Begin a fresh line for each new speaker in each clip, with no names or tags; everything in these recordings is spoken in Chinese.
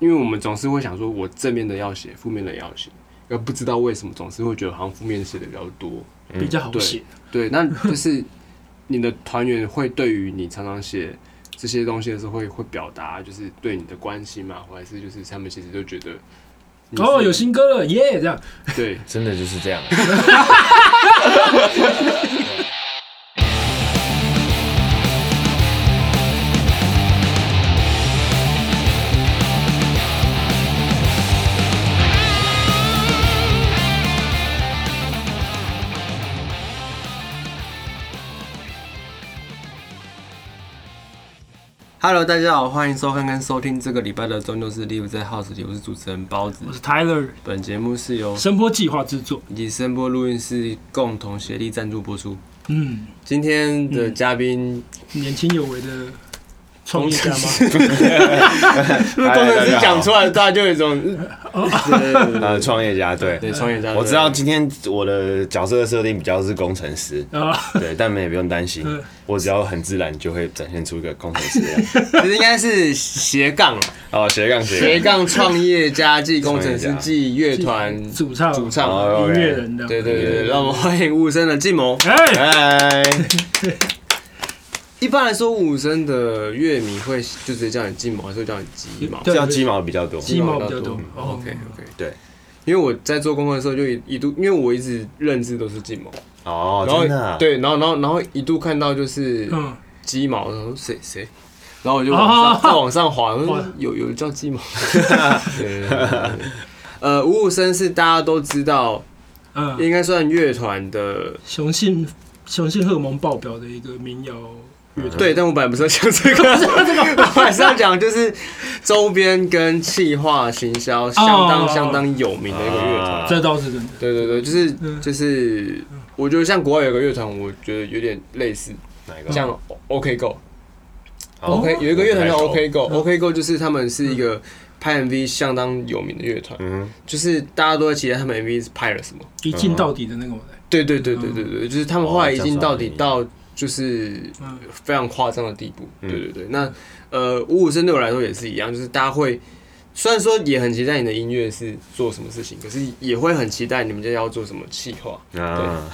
因为我们总是会想说，我正面的要写，负面的也要写，而不知道为什么总是会觉得好像负面写的比较多。
比较
嗯
好写。
对，那就是你的团员会对于你常常写这些东西的时候会，会表达就是对你的关心嘛，或者是就是他们其实就觉得你是
哦，有新歌了，耶！这样
对
真的就是这样。
Hello，大家好，欢迎收看跟收听这个礼拜的周六是 Live 在 House 里，我是主持人包子
我。是 Tyler，
本节目是由
声波计划制作。
以及声波录音室共同协力赞助播出。
嗯，
今天的嘉宾
年轻有为的创业家吗？
哎
是工程师讲出来，大家就有一种嗯
呃，创业家对，
对创业家。
我知道今天我的角色设定比较是工程师，
啊，
对，但你们也不用担心
嗯，
我只要很自然就会展现出一个工程师的样子。
其实应该是斜杠，啊
哦，斜杠
斜
斜杠，
杠创业家暨工程师
创业家
暨乐团
主唱、
主唱。
哦
音乐人的。
对对对，让我们欢迎武生的静谋。
哎，
嗨，
一般来说，武生的乐迷会就直接叫你静谋，还是会叫你鸡毛？
对
叫鸡毛比较多，
鸡毛比较多
嗯
哦
OK OK，
对。
因为我在做功课的时候，就一一度，因为我一直认知都是静谋，
哦，
然后、
真的啊，
对，然后然后然后一度看到就是
嗯，
鸡毛，然后谁谁，然后我就往上、
哦
再往上滑，我就说
哇
有有人叫鸡 毛。对对对对对呃，五五声是大家都知道，
嗯，
应该算乐团的
雄性雄性荷尔蒙爆表的一个民谣
嗯
乐团。
啊
对，但我本来不是要讲这 个，我本来是要讲就是周边跟企划行销相当
哦
相当有名的一个乐团。
啊
这倒是真的。
对对对，就是
嗯
就是，我觉得像国外有个乐团，我觉得有点类似，
哪一个？
像
嗯
OK Go，OK
哦
有一个乐团叫 OK
嗯
Go，OK Go 就是他们是一个拍 MV 相当有名的乐团，
嗯，
就是大家都在期待他们 MV 是拍了什么。
一镜到底的那个嘛，
对对对对对对，就是他们后来已经到底
哦
到就是
嗯
非常夸张的地步。
嗯
对对对，那呃，五五声对我来说也是一样，就是大家会虽然说也很期待你的音乐是做什么事情，可是也会很期待你们家要做什么企划。
啊，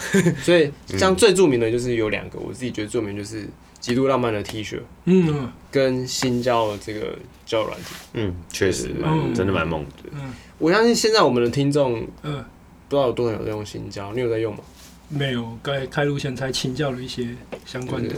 所以像最著名的就是有两个，我自己觉得著名就是极度浪漫的 T 恤
嗯
跟新交的这个交友软体。
嗯，确实
对对
蛮
对
真的蛮猛的。
嗯
我相信现在我们的听众
嗯，
不知道有多少人有在用新交，你有在用吗？
没有，刚才开路前才请教了一些相关的，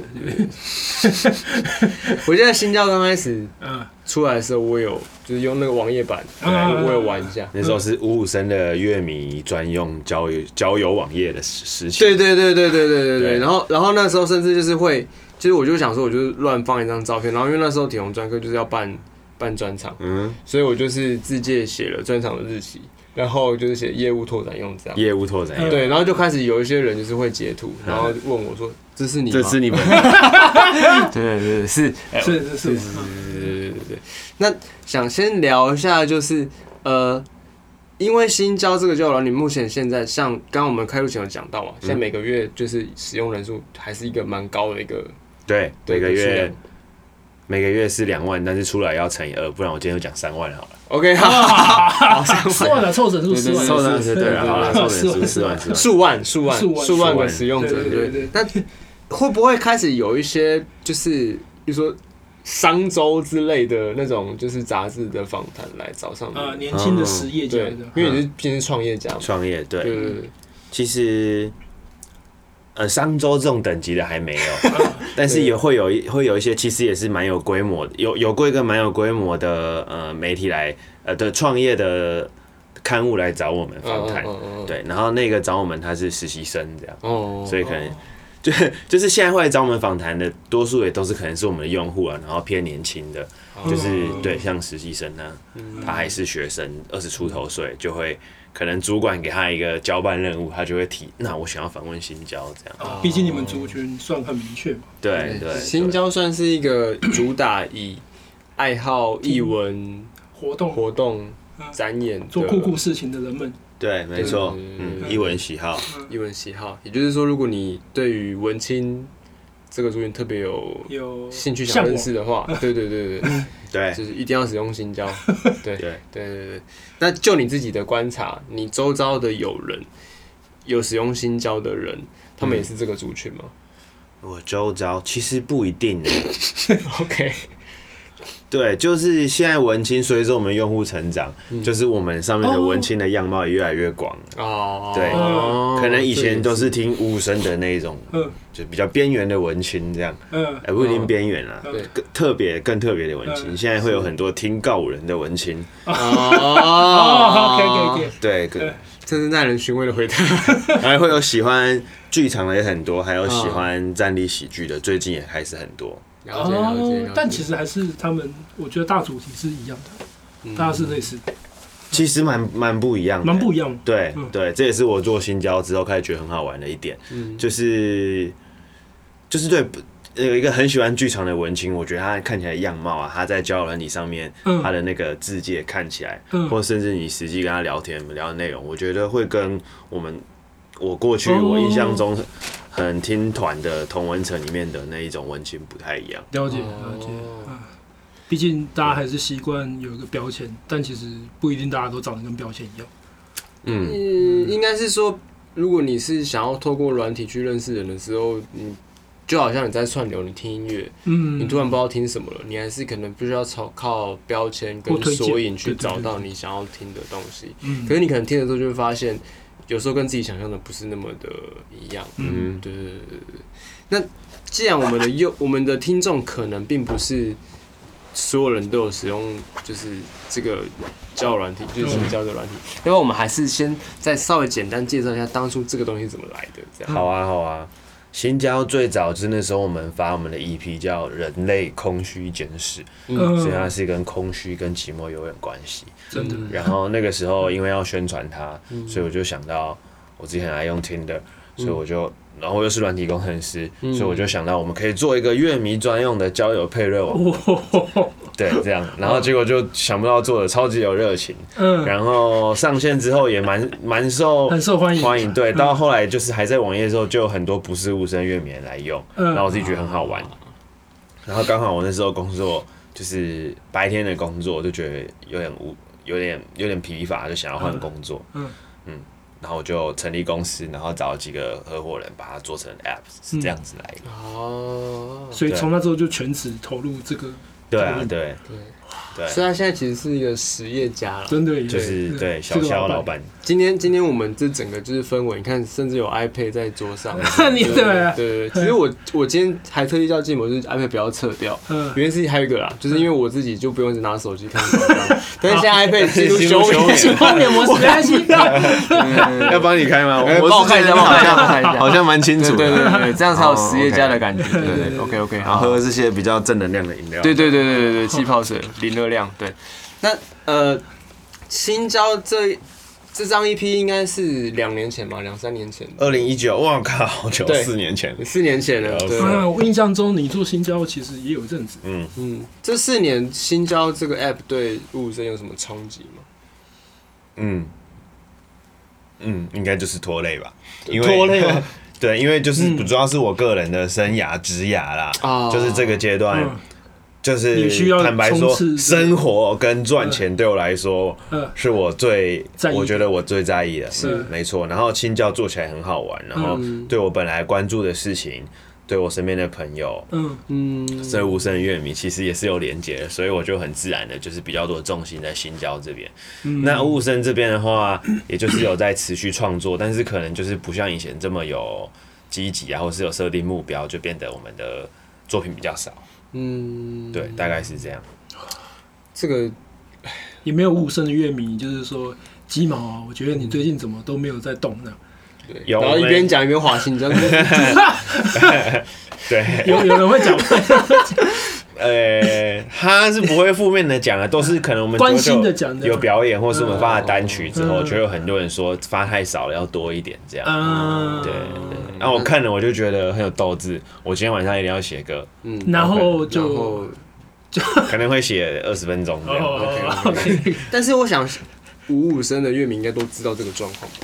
我记得新交刚开始
嗯
出来的时候，我有就是用那个网页版，
嗯嗯嗯
我有玩一下。
那时候是五五声的乐迷专用交友交友网页的时时期，
对对对对对对对对。
对
然后然后那时候甚至就是会，其实我就想说，我就是乱放一张照片。然后因为那时候铁红专科就是要办办专场，
嗯，
所以我就是自介写了专场的日期，然后就是写业务拓展用这样。
业务拓展，
嗯
对，然后就开始有一些人就是会截图，
嗯
然后问我说：“这是你吗？”
这是 你们
对对对是哎
是是嗯
是是
是
是是是是是。那想先聊一下，就是呃，因为新交这个交流，你目前现在像刚刚我们开录前有讲到嘛，现在每个月就是使用人数还是一个蛮高的一个
对
对
每个
一数
月
量。
每个月是两万，但是出来要乘以二，不然我今天就讲三万好了。
OK，好好，好好
四
三
万
万
了，凑整数
对
四
对
万，
凑整
是
数
对了，好了，凑整数四
四
万
万
四万。
数万数万
数万
数万
数
个
万
使用者，
对对
对
对。
那会不会开始有一些就是，比如说商周之类的那种，就是杂志的访谈来找上你？
啊，年轻的实业家
对
的，，
因为你是毕竟是创业家嘛。
创业对，
哦对对对，
其实，呃，商周这种等级的还 没有，但是也会有一会有一些，其实也是蛮有规模的，有有过一个蛮有规模的呃媒体来呃的创业的刊物来找我们访谈，
嗯嗯嗯嗯
对，然后那个找我们他是实习生这样，
哦，
所以可能。 就就是现在会来找我们访谈的，多数也都是可能是我们的用户啊，然后偏年轻的，就是
嗯
对像实习生啊，他还是学生，二十出头岁，就会可能主管给他一个交办任务，他就会提，那我想要访问新交这样，
啊毕竟你们族群算很明确嘛，
对对，
新
对
交算是一个主打以爱好艺文
活动
活动
嗯
展演的
做酷酷事情的人们，
对没错，
对
嗯，
对
一文喜好，
艺文喜好，也就是说，如果你对于文青这个族群特别有
有
兴趣、
向
想认
往，
识的话，对对对对，
对
就是一定要使用新 交。对
对
对对对。那就你自己的观察，你周遭的友人有使用新交的人，他们也是这个族群吗、
我周遭其实不一定呢，
嗯
o k
对，就是现在文青随着我们用户成长，
嗯
就是我们上面的文青的样貌也越来越广了。
哦，
对
哦
可能以前都
这
是听五五声的那一种，
嗯
就比较边缘的文青这样，
嗯
哎，不一定边缘啦
哦
对，
更特别更特别的文青，
嗯
现在会有很多听告五人的文青，
也是
哦
哦
，OK OK OK，
对，可
真是耐人寻味的回答。
还会有喜欢剧场的也很多，还有喜欢站立喜剧
嗯
的，最近也开始很多。
了解了解了
哦
解，，
但其实还是他们，我觉得大主题是一样的，
嗯
大家是类似，
其实蛮蛮不一样的，
蛮不一样的。
对
嗯
对，这也是我做新交之后开始觉得很好玩的一点，
嗯
就是就是对有一个很喜欢剧场的文青，我觉得他看起来样貌啊，他在交友软体上面
嗯
他的那个字界看起来，
嗯
或甚至你实际跟他聊天聊的内容，我觉得会跟我们我过去
哦
我印象中很听团的同文层里面的那一种文青不太一样。
了解
哦
了解啊，毕竟大家还是习惯有一个标签，但其实不一定大家都长得跟标签一样。
嗯，
嗯，应该是说，如果你是想要透过软体去认识人的时候，你就好像你在串流，你听音乐，
嗯，
你突然不知道听什么了，你还是可能必须要靠靠标签
或
跟
推荐
索引去
对对
找
对
到你想要听的东西。
嗯
可是你可能听的时候就会发现，有时候跟自己想象的不是那么的一样。
嗯
嗯
对对对对对。那既然我们的用我们的听众可能并不是所有人都有使用，就是这个交友软体，就是新交友软体，要不我们还是先再稍微简单介绍一下当初这个东西怎么来的，这样。
好啊好啊。新交最早就是那时候我们发我们的 EP 叫《人类空虚简史》，
嗯
所以它
嗯，
是跟空虚跟寂寞有点关系。
真的，
然后那个时候因为要宣传它，
嗯
所以我就想到我自己很爱用 Tinder，所以我就，然后我又是软体工程师，
嗯
所以我就想到我们可以做一个乐迷专用的交友配对网，
哦哇，
对，这样，然后结果就想不到做的超级有热情，
嗯，
然后上线之后也蛮蛮受
很受欢迎，啊
欢迎，对，到后来就是还在网页的时候，就有很多不是无声乐迷人来用，
嗯
然后我自己觉得很好玩。然后刚好我那时候工作就是白天的工作，就觉得有点无，有点有点疲乏，就想要换工作。
嗯
嗯然后我就成立公司，然后找几个合伙人把它做成 app，是这样子来的。
哦，
嗯所以从那之后就全职投入这个，
对啊，对
对，所
对，啊
以他现在其实是一个实业家了。
真的也嗯
就是对小肖老。板，
今天今天我们这整个就是氛围，你看，甚至有 iPad 在桌上。
你
对
对
对，对，其实我我今天还特地叫静某，就是 iPad 不要撤掉。
嗯，
原因是还有一个啦，就是因为我自己就不用一直拿手机看广告，但是现在 iPad 进入休眠。
请后面模式没 关系，
要帮你开吗？
哎
我
帮我看一下
之前
帮我看一下帮我看一下
好像蛮清
对
楚啊
对
的。哦
对对，这样才有实业家的感觉。对对对，OK OK，
然
好
后，喝这些比较正能量的饮料。
对对对对对对，气泡水零热量。对，那呃，新交这这张 EP 应该是两年前吧，两三年前，
二零一九，哇靠，九
对
四年前，
四年前了。对，
啊，我印象中你做新交其实也有一阵子，
嗯，
嗯，这四年新交这个 app 对五五生有什么冲击吗？
嗯，嗯，应该就是拖累吧，因为
拖累吗？
对，因为就是
嗯
主要是我个人的生涯职涯啦，
啊
就是这个阶段，
嗯
就是
你需要
坦白
冲
说，
刺
生活跟赚钱对我来说。
嗯
是我最
在意的
我觉得我最在意的，
是
嗯没错。然后青教做起来很好玩，然后
嗯
对我本来关注的事情，对我身边的朋友，
嗯
嗯，
所以无声乐迷其实也是有连接的，所以我就很自然的，就是比较多重心在新交这边。
嗯
那雾生这边的话，也就是有在持续创作，但是可能就是不像以前这么有积极啊，或是有设定目标，就变得我们的作品比较少。
嗯，
对，大概是这样。
这个
也没有无声的乐迷，就是说鸡毛啊，我觉得你最近怎么都没有在动呢？
对
有
然后
我
一
们
边讲一边滑行，这样子。
对，
有有人会 讲
呃，他是不会负面的讲的，啊都是可能我们
关心地讲的
有表演，或是我们发了单曲之后，
嗯
就有很多人说发太少了，要多一点这样。
啊，
对，对然后我看了我就觉得很有斗志，我今天晚上一定要写歌，
嗯，
然后
然
就
后，
可能会写二十分钟这样。
哦，OK，
但是我想五五声的乐迷应该都知道这个状况吧，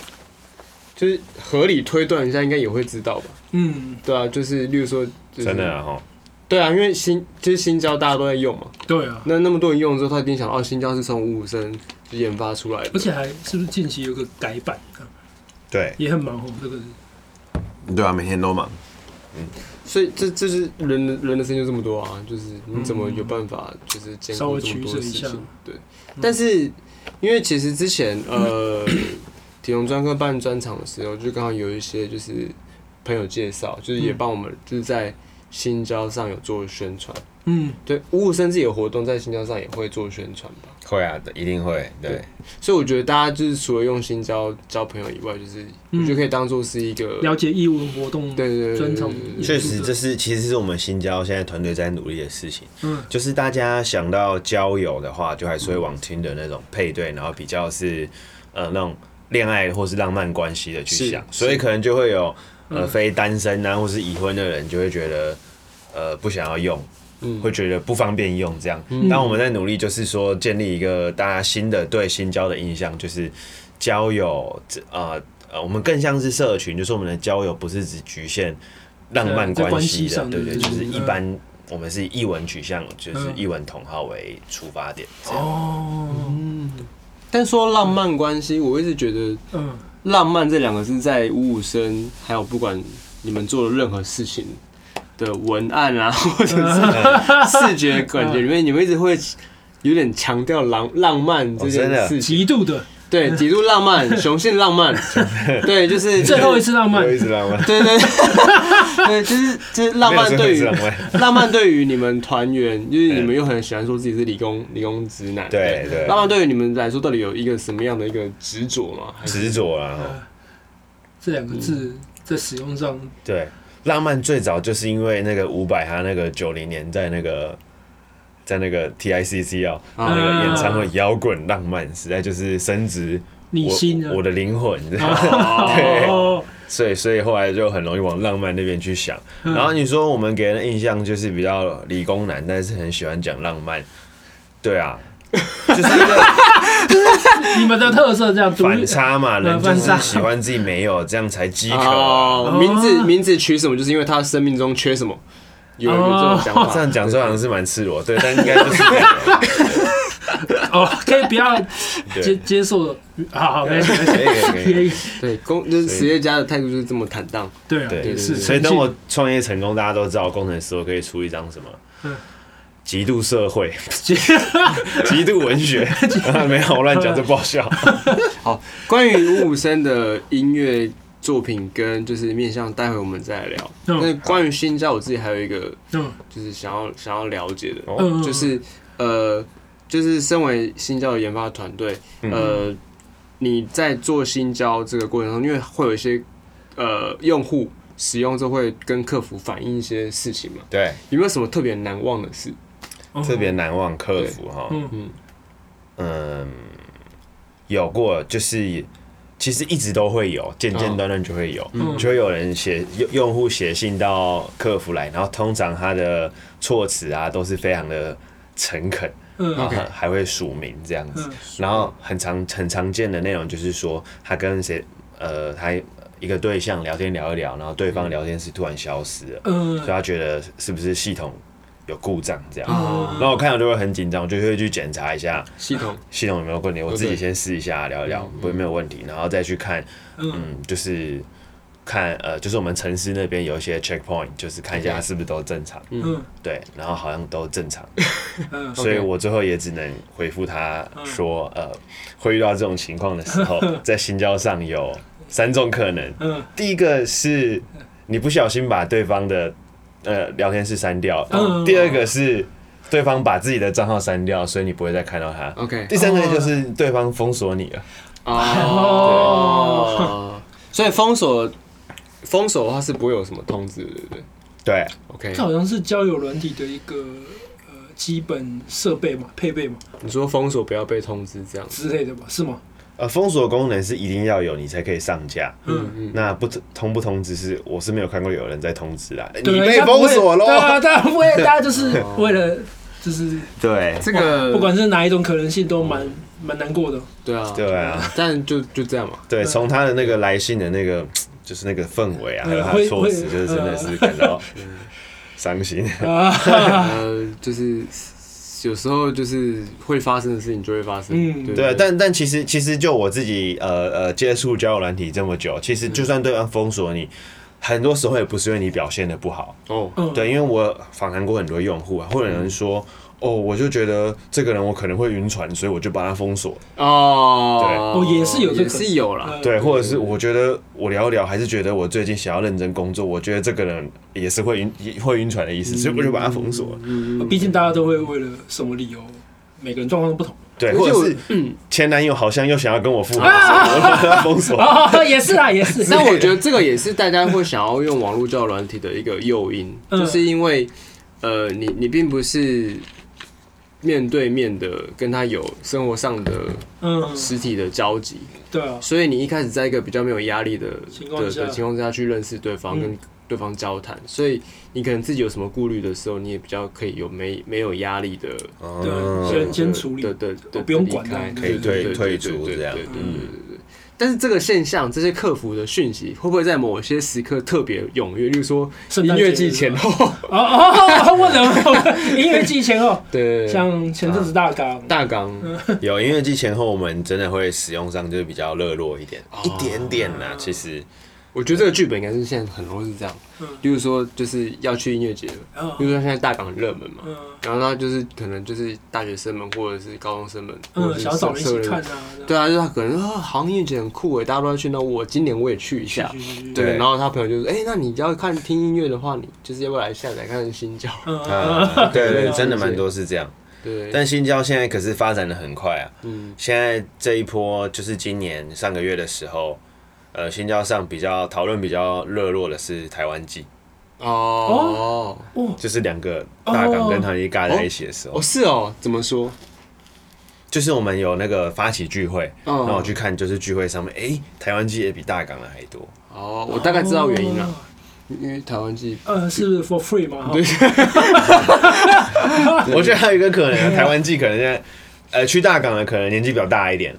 就是合理推断一下，应该也会知道吧？
嗯，
对啊，就是例如说，就是
真的哈，吼
对啊，因为新就是新交大家都在用嘛，
对啊，
那那么多人用之后，他一定想到哦新交是从五五生研发出来的
而。且还是不是近期有个改版啊，
对
也很忙哦，这个
对啊，每天都忙。
所以这这是人的人的声音就这么多啊，就是你怎么有办法就是兼
稍
顾
微
这么
取
多
舍
事
一下嗯
情？对，但是因为其实之前呃 体容专科办专场的时候，就刚好有一些就是朋友介绍，就是也
嗯
帮我们就是在新交上有做宣传。
嗯，
对，五五甚至有活动在新交上也会做宣传吧。
会啊，一定会。对
对，所以我觉得大家就是除了用心交交朋友以外，就是我觉得可以当做是一个
了解义文活动，
对对对对
嗯专场
对
确实这是其实是我们新交现在团队在努力的事情。
嗯，
就是大家想到交友的话，就还是会往听的那种配对，然后比较是呃那种恋爱或是浪漫关系的去
是
想，
是
所以可能就会有呃
嗯
非单身啊或是已婚的人就会觉得呃不想要用，
嗯
会觉得不方便用这样。但我们在努力，就是说建立一个大家新的对新交的印象，就是交友呃呃，我们更像是社群，就是我们的交友不是只局限浪漫
在
关
关
系
系
的，
上
对对，
的
就是一
嗯
般我们是译文取向，就是
嗯
译文同好为出发点。这样
哦，
但说浪漫关系，我一直觉得
嗯，
浪漫这两个字在五五声，还有不管你们做的任何事情的文案啊，或者是视觉感觉里面，你们一直会有点强调浪浪漫这件
哦真的
事情，
极度的
对，极度浪漫，雄性浪漫，对，就是
最后一，次浪漫
不，会一直浪漫，
对对对，对，就是就是浪漫对
没有
于
最后一直浪 漫，
浪漫对于你们团员，就是你们又很喜欢说自己是理工理工直男，
对对
浪漫对于你们来说，到底有一个什么样的一个执着吗？还是
执着啦。哦
呃这两个
嗯
字在使用上，
对，浪漫最早就是因为那个伍佰他那个九零年在那个在那个 TICC 哦、
啊
那个演唱会摇滚浪漫，实在就是升值
你心啊
我，我的灵魂，你知道吗？
啊
哦，
所以所以后来就很容易往浪漫那边去想。
嗯
然后你说我们给人的印象就是比较理工男，但是很喜欢讲浪漫，对啊，就是一个。
嗯你们的特色这样独
反
立，
差嘛，人就
反
是
差
喜欢自己没有，这样才饥渴啊、
哦，名字名字取什么，就是因为他生命中缺什么，有有这种想
这
法。
样讲出来好像是蛮赤裸，对，但应该就是这样
哦，可以不要接
对。
接受，好好，没事没事，
可以可以可以
可以，
对，工就是实业家的态度就是这么坦荡。
对啊，
对
也是，
所以等我创业成功，大家都知道工程师我可以出一张什么
嗯。
极度社会， 极度文学，啊 没有我乱讲，这不好笑。
关于五五声的音乐作品跟就是面向，待会我们再来聊。
嗯
那关于新教，我自己还有一个
嗯
就是想要想要了解的，
哦
嗯，
就是呃，就是身为新教的研发团队，呃，你在做新交这个过程中，因为会有一些呃用户使用之后会跟客服反映一些事情嘛，
对，
有没有什么特别难忘的事？
嗯
特别难忘客服哈，
嗯
嗯
嗯，有过，就是其实一直都会有，渐渐断断就会有，
嗯
就会有人写用用户写信到客服来，然后通常他的措辞啊都是非常的诚恳，然
嗯
后
OK
还还会署名这样子
嗯，
然后很常很常见的内容就是说他跟谁呃他一个对象聊天聊一聊，然后对方聊天室突然消失了，所以
嗯
他觉得是不是系统有故障这样，
啊
然，后我看了就会很紧张，我就会去检查一下。
系统
系统有没有问题，我自己先试一下聊一聊，不会没有问题，然后再去看，
嗯
嗯，就是看呃，就是我们城市那边有一些 checkpoint，就是看一下
OK
它是不是都正常，
嗯
对，然后好像都正常，
嗯，
所以我最后也只能回复他说，呃，会遇到这种情况 的时候，在新交上有三种可能，
嗯
第一个是你不小心把对方的呃聊天室删掉，
嗯
第二个是对方把自己的账号删掉，所以你不会再看到他。
OK
第三个就是对方封锁你了，
哦，所以封锁封锁的话是不会有什么通知的，对不对
对，
？OK，
这好像是交友软体的一个呃基本设备嘛、配备嘛
你说封锁不要被通知这样子，
之类的吧，是吗？
呃，封锁功能是一定要有你才可以上架。
嗯，
嗯
那不通不通知是，我是没有看过有人在通知啊，你
对
被
大家不
封
会
锁
对
喽。
啊，大家不 会，大家就是为了就是啊
对
这个
不管是哪一种可能性，都蛮蛮 难过的。
对啊，
对啊，
但就就这样嘛，
对，从他的那个来信的那个，就是那个氛围啊，还有他的
会嗯
措辞，
会
就是真的是感到伤心。
啊
呃，就是有时候就是会发生的事情就会发生，
嗯
对
对，啊但但其实其实就我自己呃呃接触交友软体这么久，其实就算对方封锁你，很多时候也不是因为你表现的不好，
哦，
嗯，
对，因为我访谈过很多用户啊，会有人说。哦，我就觉得这个人我可能会晕船，所以我就把他封锁。
哦，
对哦也是有这
也
个
是有啦，
嗯
对，或者是我觉得我聊一聊，还是觉得我最近想要认真工作，我觉得这个人也是会晕也会晕船的意思，所以我就把他封锁了。
嗯，
呃毕竟大家都会为了什么理由，每个人状况都不同。
对，
而
或
且
者
我
是前男友好像又想要跟我复合，所
啊
以我就把他封锁。
哦，也是啊，也是
但啊我觉得这个也是大家会想要用网络交友软体的一个诱因，
嗯
就是因为呃，你你并不是面对面的跟他有生活上的
嗯，
实体的交集，
对啊，
所以你一开始在一个比较没有压力的
情况
的
下
的情况下去认识对方，
嗯
跟对方交谈，所以你可能自己有什么顾虑的时候，你也比较可以有没没有压力的
哦
对先先处理
的的的
我
的
不用
离
管
开
它
对
可以退
对对
退
对
出
对
这样
对对对
嗯
对对。但是这个现象，这些客服的讯息会不会在某些时刻特别踊跃？例如说
圣
音
诞节
乐季前后，
哦哦，我能音乐季前后，
对，
像嗯前阵子大纲，
大纲
有音乐季前后，我们真的会使用上就是比较热络一点，一点点啦。其实
我觉得这个剧本应该是现在很容易是这样
嗯，
例如说就是要去音乐节了，例
嗯
如说现在大港很热门嘛，
嗯
然后他就是可能就是大学生们或者是高中生们，或者
嗯，
是
想要找人一
社
起
会
看啊，
对啊，就是他可能啊，行业节很酷欸诶，大家都在去，那我今年我也去一下。
对
对，
对
然后他朋友就说：“哎、那你要看听音乐的话，你就是要不要来下载看看 新交
嗯
啊，对 对，
对
真的蛮多是这样。？”
对，
但新交现在可是发展的很快啊，
嗯，
现在这一波就是今年上个月的时候，呃，新交上比较讨论比较热络的是台湾季，
哦
就是两个大港跟团一尬在一起的时
哦
候，
是哦，怎么说？
就是我们有那个发起聚会，
嗯
然后我去看，就是聚会上面，哎，台湾季也比大港的还多。
哦，我大概知道原因了，，因为台湾记
呃，是 for free 吗？
我觉得还有一个可能啊，台湾季可能现在，呃，去大港的可能年纪比较大一点。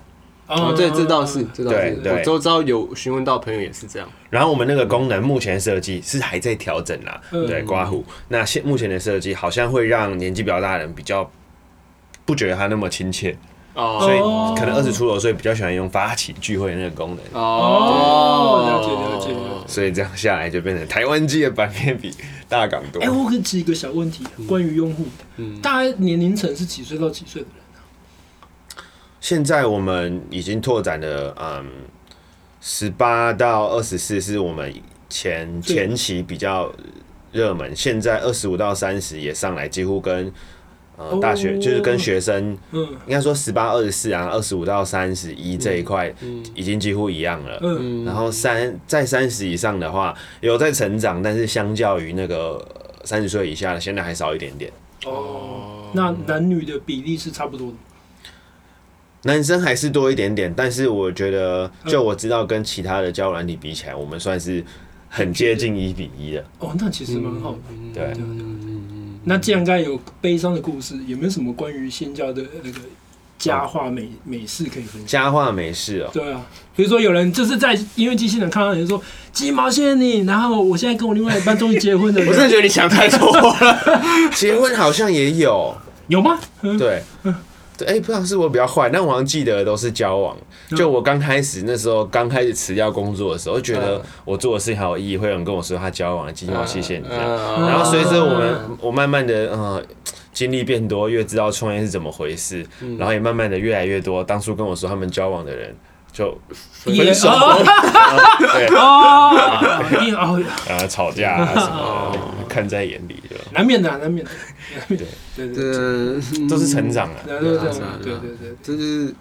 哦，对，这倒是，这倒是，
对对
我周遭有询问到朋友也是这样，
然后我们那个功能目前设计是还在调整啦，
嗯
对，刮胡。那现目前的设计好像会让年纪比较大的人比较不觉得它那么亲切，
哦，
所以
哦
可能二十出头，所以比较喜欢用发起聚会那个功能。
哦，
了解了解了
所以这样下来就变成台湾机的版面比大港多
哎、。我可以提一个小问题，关于用户，
嗯
大概年龄层是几岁到几岁的人？
现在我们已经拓展了，嗯，十八到二十四是我们前
对
前期比较热门，现在二十五到三十也上来，几乎跟呃
哦
大学、就是跟学生，
嗯
应该说十八、二十四啊，二十五到三十一这一块已经几乎一样了。
嗯
嗯，
然后三在三十以上的话，有在成长，但是相较于那个三十岁以下的，现在还少一点点。
哦，那男女的比例是差不多的。
男生还是多一点点，但是我觉得，
嗯
就我知道跟其他的交友软体比起来，我们算是很接近一比一的。
哦，那其实蛮好的。
嗯
对
对啊对啊那既然刚才有悲伤的故事，有没有什么关于仙教的那个佳话美美事可以分享？
佳话没事 哦、
对啊，比如说有人就是在音乐机器人看到有人说鸡毛谢谢你，然后我现在跟我另外一半终于结婚了，
我真的觉得你想太多 了，
结婚好像也有，
有吗？嗯
对，对，哎、不知道是我比较坏，但我好像记得都是交往。
嗯
就我刚开始那时候，刚开始辞掉工作的时候，就觉得
嗯
我做的事情好有意义，会有人跟我说他交往，今哦天谢谢你这样。
嗯
然后随着我们
嗯，
我慢慢的，呃，经历变多，越知道创业是怎么回事，
嗯
然后也慢慢的越来越多，当初跟我说他们交往的人， 就
也
分手
哦
对
哦，也哦，
啊吵架啊什么
哦
的，看在眼里的，
难免的啊，难免的，对对对对
这
都是成长啊。
对对
对啊对
对
啊
对对
这就是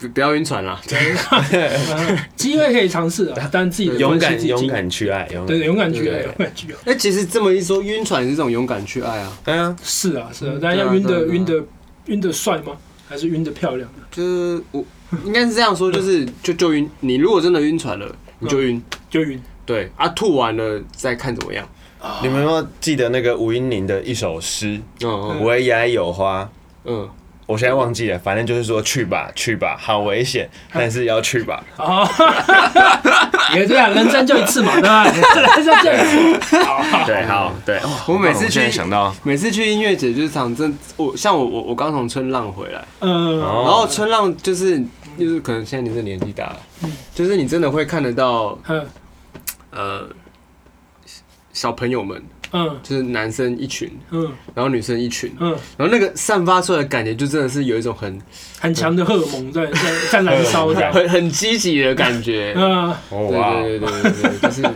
不不要晕船啦。
对，啊机会可以尝试啊，但
嗯
自己的关系
勇
自
敢
己经
勇，敢去爱，勇
对对
敢。
勇敢去
对
啊，
对
勇敢去啊，
哎、其实这么一说，晕船也是一种勇敢去爱啊，
对啊，
是啊是啊
嗯，
但
对
要
啊
晕的
对啊
晕的晕的帅吗？还是晕的漂亮？
就是我应该是这样说， 就是就就晕。你如果真的晕船了，你就晕。
就晕
嗯对啊，吐完了再看怎么样。
你们有没有记得那个吴英玲的一首诗
嗯
《我也爱有花》？
嗯
我现在忘记了，反正就是说去吧，去吧，好危险，
嗯
但是要去吧。
哦，也对啊，人生就一次嘛，对吧？人生 就一次，好好
对，好，对，哦
我每次
我现在
去
想到，
每次去音乐节就是常真，我像我我我刚从春浪回来，
嗯，
然后
哦，
春浪就是就是可能现在你这年纪大了，就是你真的会看得到
嗯
呃小朋友们，
嗯
就是男生一群，
嗯
然后女生一群，
嗯，
然后那个散发出来的感觉就真的是有一种很
很强的荷尔蒙在在在燃烧这样，
很很积极的感觉，
嗯，
哦
对
哇，
对对对对对，就是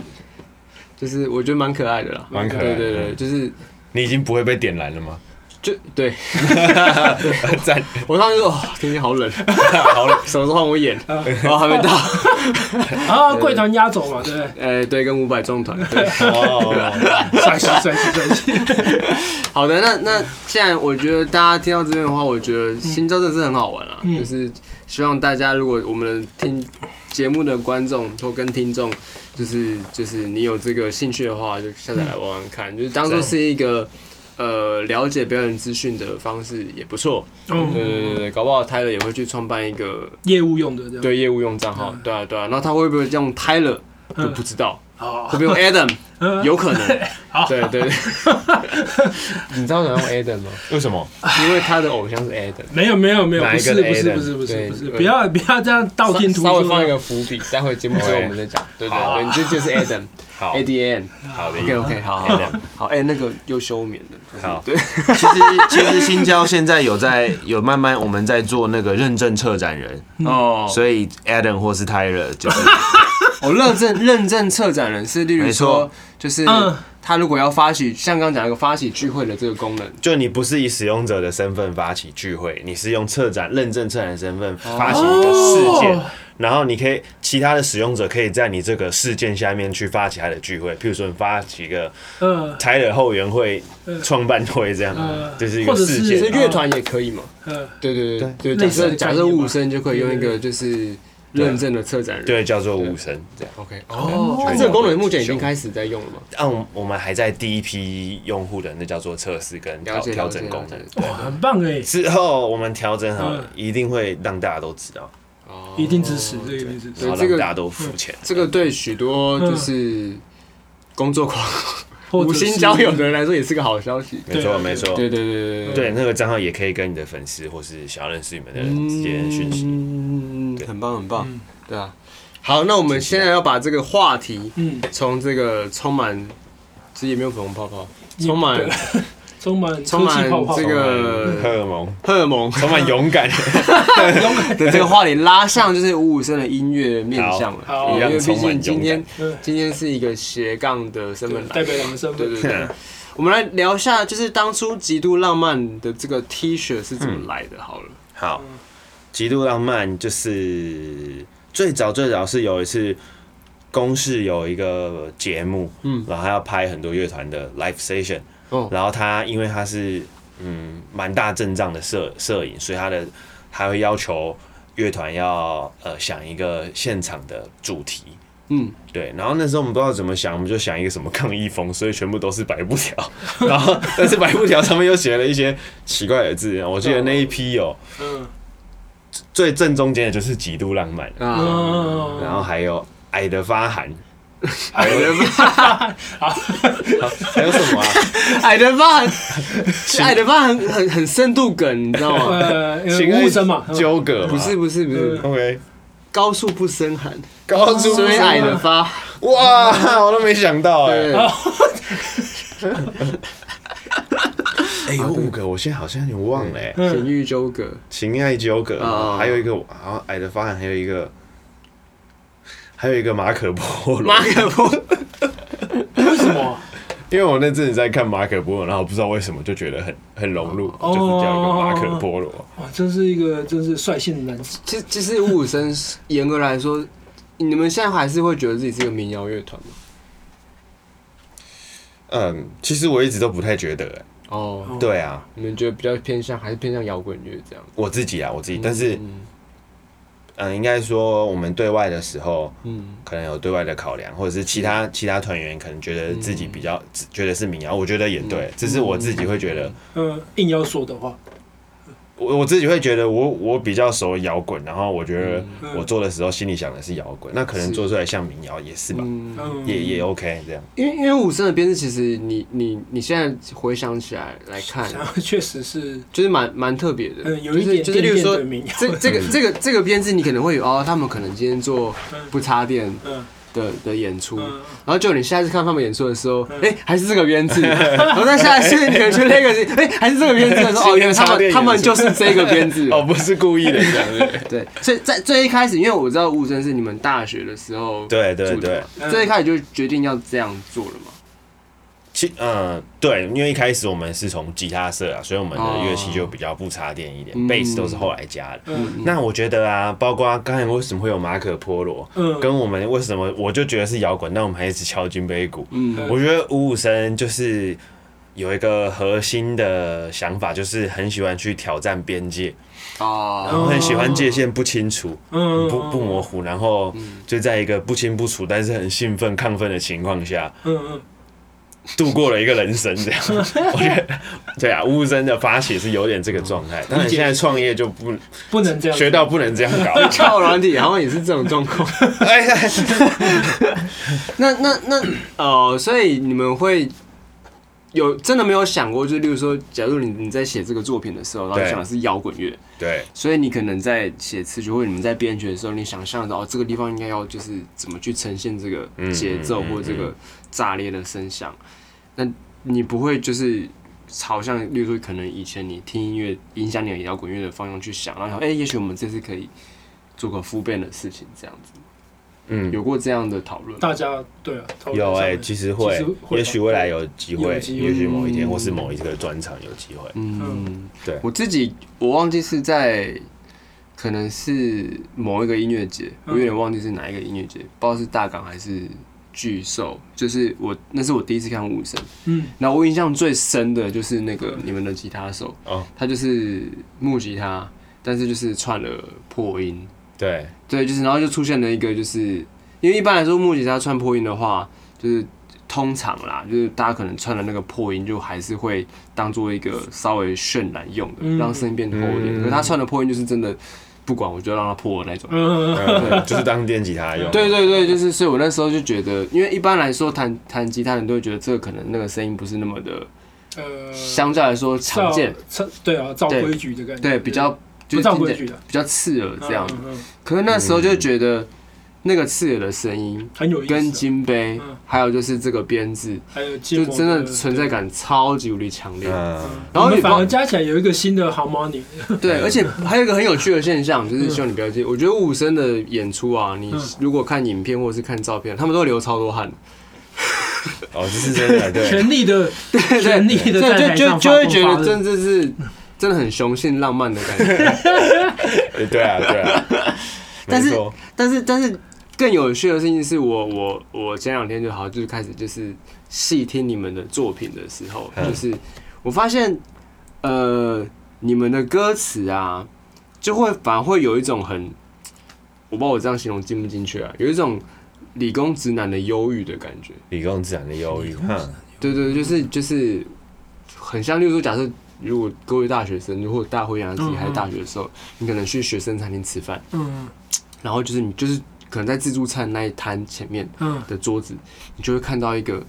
就是我觉得蛮可爱的啦，
蛮可爱
对
的
对对，就是
你已经不会被点燃 了吗？
就对
赞，
我当时说哦天气好 冷，
好了，
什么时候换我演？
啊
然后还没到，
然后贵团压轴嘛，对不对？
呃对，跟五百壮团对。
哦，
帅气帅气帅气，
好的，那那既然我觉得大家听到这边的话，我觉得新招真的是很好玩啊，
嗯
就是希望大家如果我们的听节目的观众或跟听众，就是就是你有这个兴趣的话，就下载来玩玩
嗯
看，就是当做是一个。呃，了解表演资讯的方式也不错，对对对
嗯，
对，搞不好 Tyler 也会去创办一个
业务用的这样，
对业务用账号，对啊对啊，那他会不会用 Tyler 就
嗯
不知道，
好，
会不会用 Adam
嗯
有可 能，对对对，你知道怎么用 Adam 吗？
为什么？
因为他的偶像是 Adam。
没有没有没有，
哪
不
一
是
个
不是
Adam？
不是不是
对
不是，
对
不要不要这样道听途
稍微
说
放一
啊。
个伏笔，待会节目最后我们再讲。对对对，你这就是 Adam
好
A D A N。
好的
OK OK，好好好
Adam
好，哎，那个又休眠的，
好
对，
其实其实新交现在有在有慢慢我们在做那个认证策展人，
嗯
哦，
所以 Adam 或是 Tyler 就是
我认证 认证策展人是，例如
没
说
错，
就是
嗯
他如果要发起，像刚刚讲那个发起聚会的这个功能，
就你不是以使用者的身份发起聚会，你是用策展认证策展身份发起一个事件，
哦
然后你可以其他的使用者可以在你这个事件下面去发起他的聚会，譬如说你发起一个
嗯
Tyler 后援会
嗯
创办会这样
嗯，
就是一个事
其实
件。
乐团也可以嘛。
嗯，
对对对对，
哦类
假
似的
设假
概
设
念嘛
五声就可以用一个就是认证的策展人。
对，叫做武神这样。
，OK，哦，那这个功能目前已经开始在用了嘛？
按、啊我们还在第一批用户的那叫做测试跟
了
调
解
调
了解
整功
了
能
解。
哇，很棒哎，
之后我们调整好了
嗯，
一定会让大家都知道，
哦
一定支持，这个一定支持
对
然，后
这个
让大家都付钱。
这个对许多就是工作狂、
或者
无
是
心交友的人来说也是个好消息。
没错，
对
没错。
嗯对对对对
对，那个账号也可以跟你的粉丝或是想要认识你们的人之间讯息。
嗯，很棒很棒
嗯，
对啊。好，那我们现在要把这个话题
嗯，
从这个充满，其实也没有粉红泡泡，充满
对充满
充满
充气泡泡
这
荷
个
尔蒙，
荷尔蒙
充满勇 敢，
的这个话题拉上，就是五五声的音乐面向了
好。
因
一
为
样
毕
充
竟
满勇
今天
敢。
嗯
今天是一个斜杠的身份来
代表两个身
对
份，
对对，我们来聊一下，就是当初极度浪漫的这个 T 恤是怎么来的？好了，
好，极度浪漫就是最早最早是有一次公视有一个节目，
嗯
嗯，然后他要拍很多乐团的 live station，
哦
然后他因为他是嗯蛮大阵仗的摄摄影，所以他的他会要求乐团要呃想一个现场的主题，
嗯，
对，然后那时候我们不知道怎么想，我们就想一个什么抗议风，所以全部都是白布条，然后但是白布条上面又写了一些奇怪的字，我记得那一批有
嗯
最正中间的就是极度浪漫，
啊，
嗯，
然后还有矮的发寒，
矮人
还有什 么啊？
矮人发很，矮人发很很很深度梗，你知道吗？
呃，
情
五
爱
物生嘛，嗯
纠葛嘛
不是不是不是，
OK，
高处不胜寒，
高中
所以矮人发，
哇，我都没想到哎、
对，
哎、
啊
有五个，我现在好像有点忘了、哎
情
嗯
欲纠葛，
情爱纠葛，
啊
还有一个，好像矮的发寒，还有一个，还有一个马可波罗
马。可波罗
为什么？
因为我那阵子在看马可波罗，然后不知道为什么就觉得很很融入，
哦
就是叫一个马可波罗。
哇，真是一个真是率性的男子，
其实其实五五声严格来说，你们现在还是会觉得自己是个民谣乐团吗？
嗯，其实我一直都不太觉得、欸
哦，
对啊，
你们觉得比较偏向还是偏向摇滚乐这样？
我自己啊，我自己，但是
嗯
嗯，应该说我们对外的时候，
嗯
可能有对外的考量，或者是其他其他团员可能觉得自己比较
呃
觉得是民谣，我觉得也对，只是我自己会觉得，
嗯，硬要说的话，
我我自己会觉得我我比较熟摇滚，然后我觉得
嗯
我做的时候心里想的是摇滚，那可能
是
做出来像民谣也是吧，
嗯，
嗯
也也 OK 这样。
因为因为五声的编制，其实你你你现在回想起来来看，
然后 确实是，
就是蛮蛮特别的，
啊嗯，有一点
就是就是例
点
如
点
说
的民谣，
这
嗯
这个这个这个编制，你可能会有哦，他们可能今天做
嗯
不插电
嗯
的的演出，
嗯，
然后就你下一次看他们演出的时候，
嗯
哎、还是这个编制。 然后再下一次你可能去 Legacy，哎、还是这个编制。说哦，原来他
插电
们
演
他们
出
就是啊这个编制。
哦，不是故意的这样子。
对，所以在最一开始，因为我知道吴声是你们大学的时候
对对
组的
对
嘛，，
对
最一开始就决定要这样做了嘛。
其嗯对，因为一开始我们是从吉他社啊，所以我们的乐器就比较不插电一点，
嗯
贝斯都是后来加的。
嗯
那我觉得啊，包括刚才为什么会有马可波罗，
嗯，
跟我们为什么我就觉得是摇滚，但我们还一直敲金杯鼓。
嗯
我觉得五五声就是有一个核心的想法，就是很喜欢去挑战边界，然
哦，
后很喜欢界限不清楚、
嗯
不不模糊，然后就在一个不清不楚但是很兴奋亢奋的情况下，
嗯
度过了一个人生这样。我觉得对啊，五五声的发起是有点这个状态，当然现在创业就不
嗯，不能这样
学到不能这样搞。
靠软体好像也是这种状况。
哎哎
那那那呃，所以你们会有真的没有想过，就例如说，假如你你在写这个作品的时候，然后你
对
想的是摇滚乐，
对。
所以你可能在写词曲或者你们在编曲的时候，你想象到、哦、这个地方应该要就是怎么去呈现这个节奏
嗯嗯嗯
或这个炸裂的声响，那你不会就是。朝向，例如说，可能以前你听音乐影响你的摇滚乐的方向去想，然后想，哎、也许我们这次可以做个复变的事情，这样子，
嗯，
有过这样的讨论吗？
大家对啊，讨论
有
上
哎、
面
其实会，
其实会
也许未来有机会，
有机会
也许某一天，或是某一个专场有机会。
嗯，
对
我自己我忘记是在可能是某一个音乐节，我
嗯
有点忘记是哪一个音乐节，不知道是大港还是巨兽，就是我那是我第一次看武神，
嗯
然后我印象最深的就是那个你们的吉他手，
哦，
他就是木吉他，但是就是串了破音，
对，
对，就是然后就出现了一个就是因为一般来说木吉他串破音的话，就是。通常啦，就是大家可能串的那个破音，就还是会当做一个稍微渲染用的，
嗯
让声音变厚一点。
嗯
可是他串的破音就是真的，不管我就让它破的那种。
嗯
嗯 就是当电吉他用。
对对对，就是，所以我那时候就觉得，因为一般来说弹弹吉他的人都会觉得这个可能那个声音不是那么的，
呃，
相较来说常见，
照，照对啊，照
对
规矩的感觉，
对，比较就
不
是
照
听起
规
来
矩的
比较刺耳这样。
嗯嗯嗯
可是那时候就觉得那个刺耳的声音
很有意思啊，
跟金杯
嗯，
还有就是这个编制，
还有
就
建模
真的
对
存在感超级无敌强烈。
嗯，
然后
我们
你
反
帮
而加起来有一个新的 harmony，
对，而且还有一个很有趣的现象，就是希望你不要介意。我觉得武生的演出啊，你
嗯
如果看影片或者是看照片，他们都流超多汗，
哦，这是真的，对，
权力的权力的
对，
在
就
台
就
上
就
发
会
光
觉
发
得
热
真的是真的很雄性浪漫的感觉。
对啊，对啊。
但是
没错
但是但是更有趣的事情是我我我前两天就好就是开始就是细听你们的作品的时候，
嗯
就是我发现呃你们的歌词啊，就会反而会有一种很我不知道我这样形容进不进去啊，有一种理工直男的忧郁的感觉。
理工自然的忧郁，哼
对对，对就是就是很像，例如说，假设如果各位大学生，如果大家回想自己还是大学的时候，你可能去学生餐厅吃饭，
嗯
然后就是你就是可能在自助餐那一摊前面
嗯
的桌子，你就会看到一个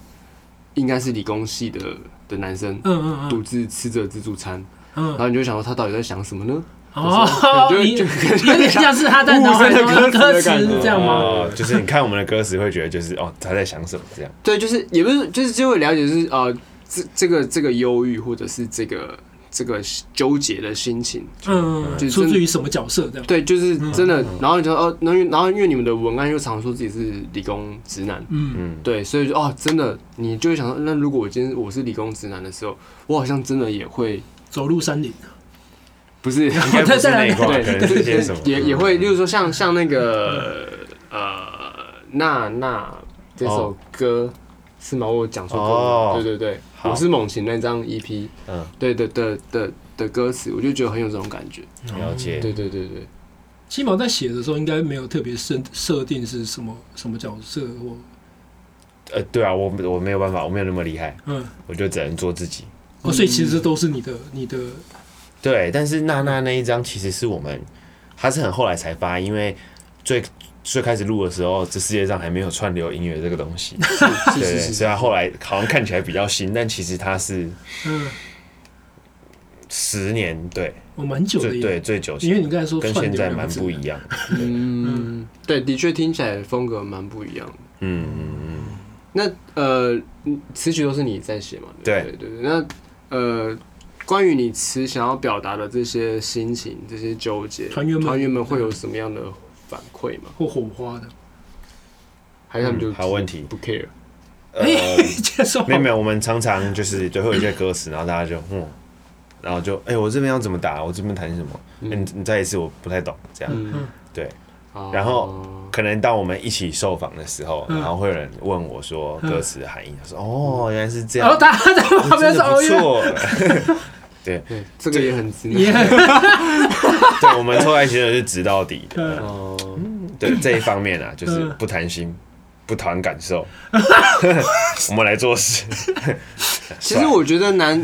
应该是理工系的的男生
嗯。嗯
独自吃着自助餐，
嗯
然
嗯
后你就会想说他到底在想什么呢？
哦，
就
你
就
有点像是他在脑海中的歌词是这样 吗？
哦，就是你看我们的歌词会觉得就是哦，他在想什么这样。
对， 就是也不是，就是就会了解，就是呃，这这个这个忧郁或者是这个这个纠结的心情，
嗯，
就
出
真
自于什么角色这样？
对，就是真的。
嗯
然后你就说哦，然后然后因为你们的文案又常说自己是理工直男，
嗯
嗯，
对，所以就哦，真的你就会想说，那如果我今天我是理工直男的时候，我好像真的也会
走入山啊林，
不是
应 该不是那一块，
对，
可能是些什么，嗯
也也会，例如说像像那个呃娜娜这首歌。是吗？我有讲错歌名
哦
对对对，
好
我是猛禽那张 EP，
嗯，
对的的的的歌词，我就觉得很有这种感觉。
了解。
对对对对，
七毛在写的时候应该没有特别设设定是什么什么角色或
呃，对啊，我我没有办法，我没有那么厉害，
嗯，
我就只能做自己。
哦，所以其实都是你的你的
对，但是娜娜那一张其实是我们，它是很后来才发，因为最最开始录的时候，这世界上还没有串流音乐这个东 西， 对对，所以它后来好像看起来比较新，但其实它是
嗯，
十年，对，
我哦蛮久的
最
耶，
对最久，
因为你刚才说
跟
串
现
流
在
两个
蛮
字
不一样，
嗯，对，的确听起来风格蛮不一样的。
嗯嗯嗯，
那呃，嗯词曲都是你在写嘛？
对
对对对。那呃，关于你词想要表达的这些心情、这些纠结，
团员们嗯
团员们会有什么样的反馈吗？
或火花的，
还是他们就
嗯好问题
不 care？
呃，
哎 接受
没有没有，我们常常就是最后一些歌词，然后大家就嗯，然后就哎、我这边要怎么打，我这边弹什么，哎
嗯
你你再一次我不太懂这样，
嗯，
对。
哦
然后可能当我们一起受访的时候，
嗯
然后会有人问我说
嗯
歌词的含义，他说哦，原来是这
然后
样，
大家在旁边
真
说
的不
哦，原来
错。
对这个也很直
也
男
很
对，我们凑在一起真的是直到底的。
嗯
哦，
对这一方面啊，就是
嗯
不谈心，不谈 感受， 我们来做事。
其实我觉得男，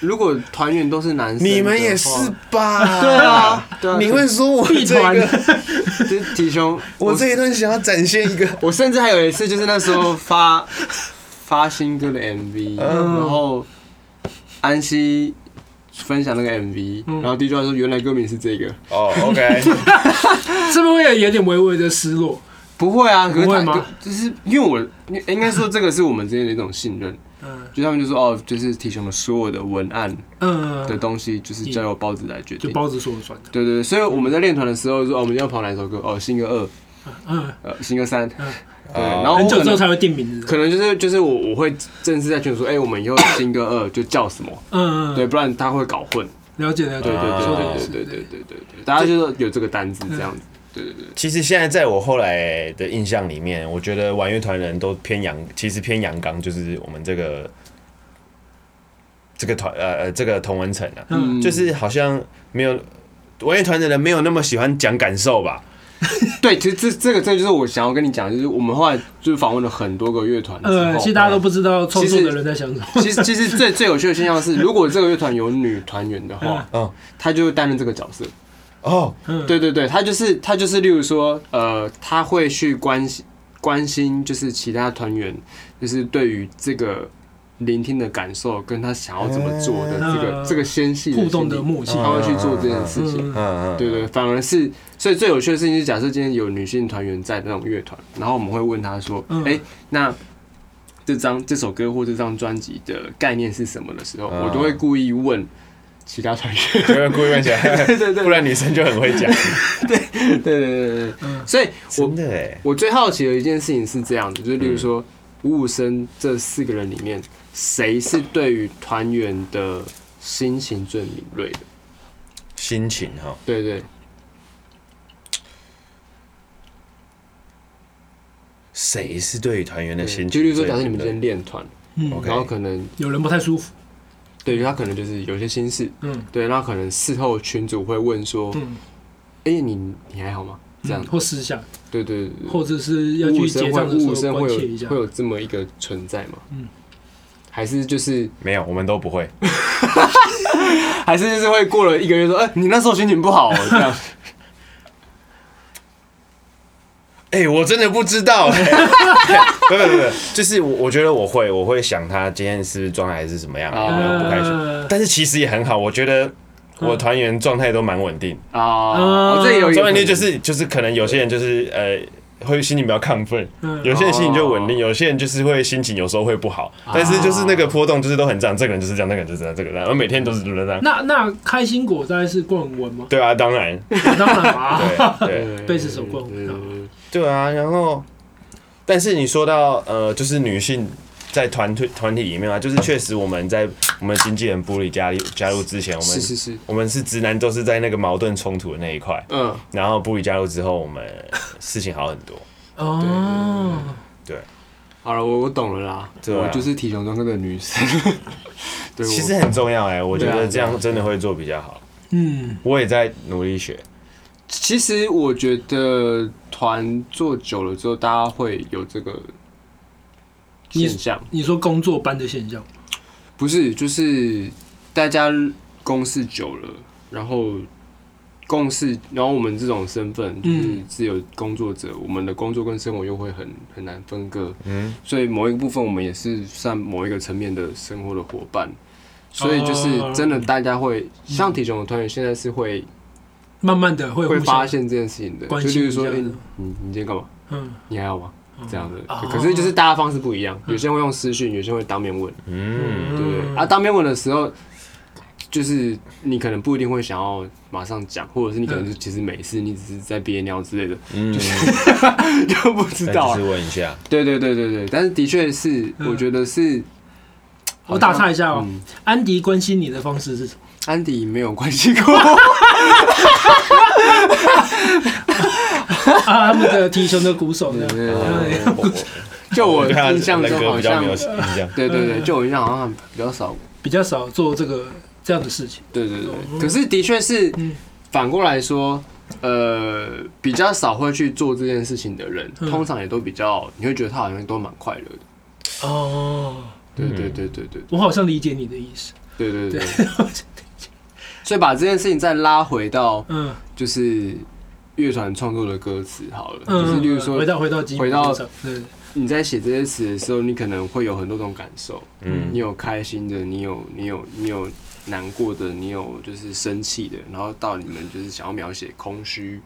如果团员都是男生，
你们也是。吧？
对啊，对啊，
你会 说我
必
这
团
个，
就是体兄，
我这一段想要展现一个
我甚至还有一次，就是那时候发发新歌的 MV，、然
嗯
后安息分享那个 MV，、然
嗯
后 DJ 说原来歌名是这个，
哦，OK，
是不是会有点微微的失落？
不会啊，可是
不
他
会吗
就是因为我应应该说这个是我们之间的一种信任，
嗯
就他们就说哦，就是提醒我们所有的文案的
嗯，
东西，就是交由包子来决
就
定。
包子说了算的，
对对对，所以我们在练团的时候说哦，我们要跑哪首歌？哦，新歌二，
嗯，
呃，新歌三，
嗯
对，然后
很
我
久
可
之后
能
才会定名字，
可能就是就是我我会正式在群组说，哎、我们以后新歌二就叫什么？
嗯，嗯
对，，不然他会搞混。
了解了解，
对对
啊
对对对对对对对对，大家就是有这个单字这样子。对对对，
其实现在在我后来的印象里面，我觉得玩乐团人都偏阳，其实偏阳刚，就是我们这个这个团呃呃这个同文层啊，
嗯
就是好像没有玩乐团的人没有那么喜欢讲感受吧。
对，其实这这个这就是我想要跟你讲，就是我们后来就是访问了很多个乐团之
呃，其实大家都不知道创作
其
的
实
人在想什么，
后其实其实最最有趣的现象是，如果这个乐团有女团员的话，
嗯
嗯，她就会担任这个角色。
哦，
嗯，
对对对，她就是她就是，例如说，呃，她会去关心关心，就是其他团员，就是对于这个聆听的感受，跟他想要怎么做的这个、
嗯
这个纤细
互动
心理
的默契，
他会去做这件事情。
嗯，
嗯嗯，
对对，
嗯，
反而是，所以最有趣的事情是，假设今天有女性团员在那种乐团，然后我们会问她说：“哎、
嗯
那这张这首歌或这张专辑的概念是什么？”的时候，
嗯
我都会故意问其他团 员。
有人故意问起来，
对对对
不然女生就很会讲，
对对对对对，
嗯
所以我
真的哎，
我最好奇的一件事情是这样子，就是例
嗯
如说五五声这四个人里面，谁是对于团员的心情最敏锐的？
心情哈，
对对，
谁是对于团员的心情？
就例如说，假设你们今天练团，
嗯，
OK
然后可能
有人不太舒服，
对他可能就是有些心事，
嗯
对，那可能事后群主会问说
嗯，：“
哎、你你还好吗？”这样
嗯，或私下，
对对对
或者是要
对，五
去
五
结
声
账
会
的
五五
时
声
候
会
关切一
有
下
会，有这么一个存在吗？
嗯
还是就是
没有，我们都不会。
还是就是会过了一个月说：“哎、你那时候心情不好、哦。”这 样
哎、我真的不知道、 欸。不不不，就是我我觉得我会，我会想他今天是不是状态还是怎么样，
哦
有没有不开心。
呃
但是其实也很好，我觉得我团员状态都蛮稳定。
啊，
嗯
哦这有一
状
个
态就是就是可能有些人就是呃会心情比较亢奋，
嗯
有些人心情就稳定，有些人就是会心情有时候会不好，但是就是那个波动就是都很这样，这个人就是这样，那个人就是这样，这个人，然后每天都是这 样。？
那那开心果大概是冠文吗
对啊，当然，
当然 啦，
对对。
贝斯手过嗯
对啊，然后，但是你说到呃，就是女性在团队团体里面啊，就是确实我们在我们经纪人布里加入加入之前，我们
是是是，
我们是直男，都是在那个矛盾冲突的那一块。
嗯，
然后布里加入之后，我们事情好很多。
哦，
好了，我我懂了啦，
对啊
我就是体雄专科的女 生。对，我啊
其实很重要哎、我觉
对
得
啊
这样真的会做比较好。
嗯，
我也在努力学，
其实我觉得团做久了之后，大家会有这个
你
现象，
你说工作班的现象，
不是就是大家公事久了，然后共事，然后我们这种身份就是
嗯
自由工作者，我们的工作跟生活又会很很难分割，
嗯，
所以某一个部分我们也是算某一个层面的生活的伙伴。所以就是
哦
真的，大家会像体熊的团员，现在是会
慢慢的会
会
互
发
相
现这件事情的。
关
就比
心
如
一下
说，哎，
的
你，你今天干嘛？
嗯，
你还好吗？这样的
哦。嗯
可是就是大家方式不一样，有些人会用私讯，有些人会当面问。
嗯，
对不对？啊，当面问的时候，就是你可能不一定会想要马上讲，或者是你
嗯
可能就其实没事，你只是在憋尿之类的，
嗯，
就不知
那
道
就
啊
是。问一下，
对对对对对，但是的确是，
嗯
我觉得是
我打岔一下哦，
嗯
安迪关心你的方式 是什么？
安迪没有关系过，
啊，他们的提胸的鼓手呢？
对对
嗯
我我
就我
对他
印象
人
中
格
好
比较
像嗯
没，有印象。
对对对，就我印象好像比较少。
比较少做这个这样的事情。
对对对，
嗯
可是的确是
嗯
反过来说，呃，比较少会去做这件事情的人，
嗯
通常也都比较，你会觉得他好像都蛮快乐的。
哦，
对
嗯
对对对对
我好像理解你的意思。
对对对对。 所以把这件事情再拉回到
嗯，
就是乐团创作的歌词好了，
嗯，
就是例如
回
说
到回到基本
回到
上对，
你在写这些词的时候，你可能会有很多种感受，
嗯
你有开心的，你有你有你有难过的，你有就是生气的，然后到你们就是想要描写空虚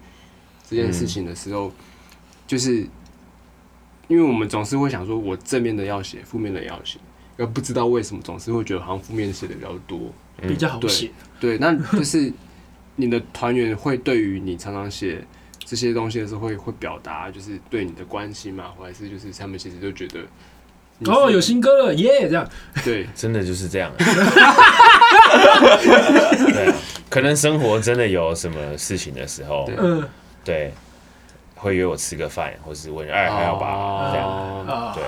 这件事情的时候，就是因为我们总是会想说，我正面的要写，负面的也要写，而不知道为什么总是会觉得好像负面写的比较多，
嗯
比较好写。
对，那就是你的团员会对于你常常写这些东西的时候会，会表达就是对你的关心嘛，或者是就是他们其实就觉得你是
哦，有新歌了，耶！这样，
对
真的就是这样、啊。 对啊，可能生活真的有什么事情的时候，
对
嗯
对，会约我吃个饭，或是问哎还好吧这样，
哦
啊
对，，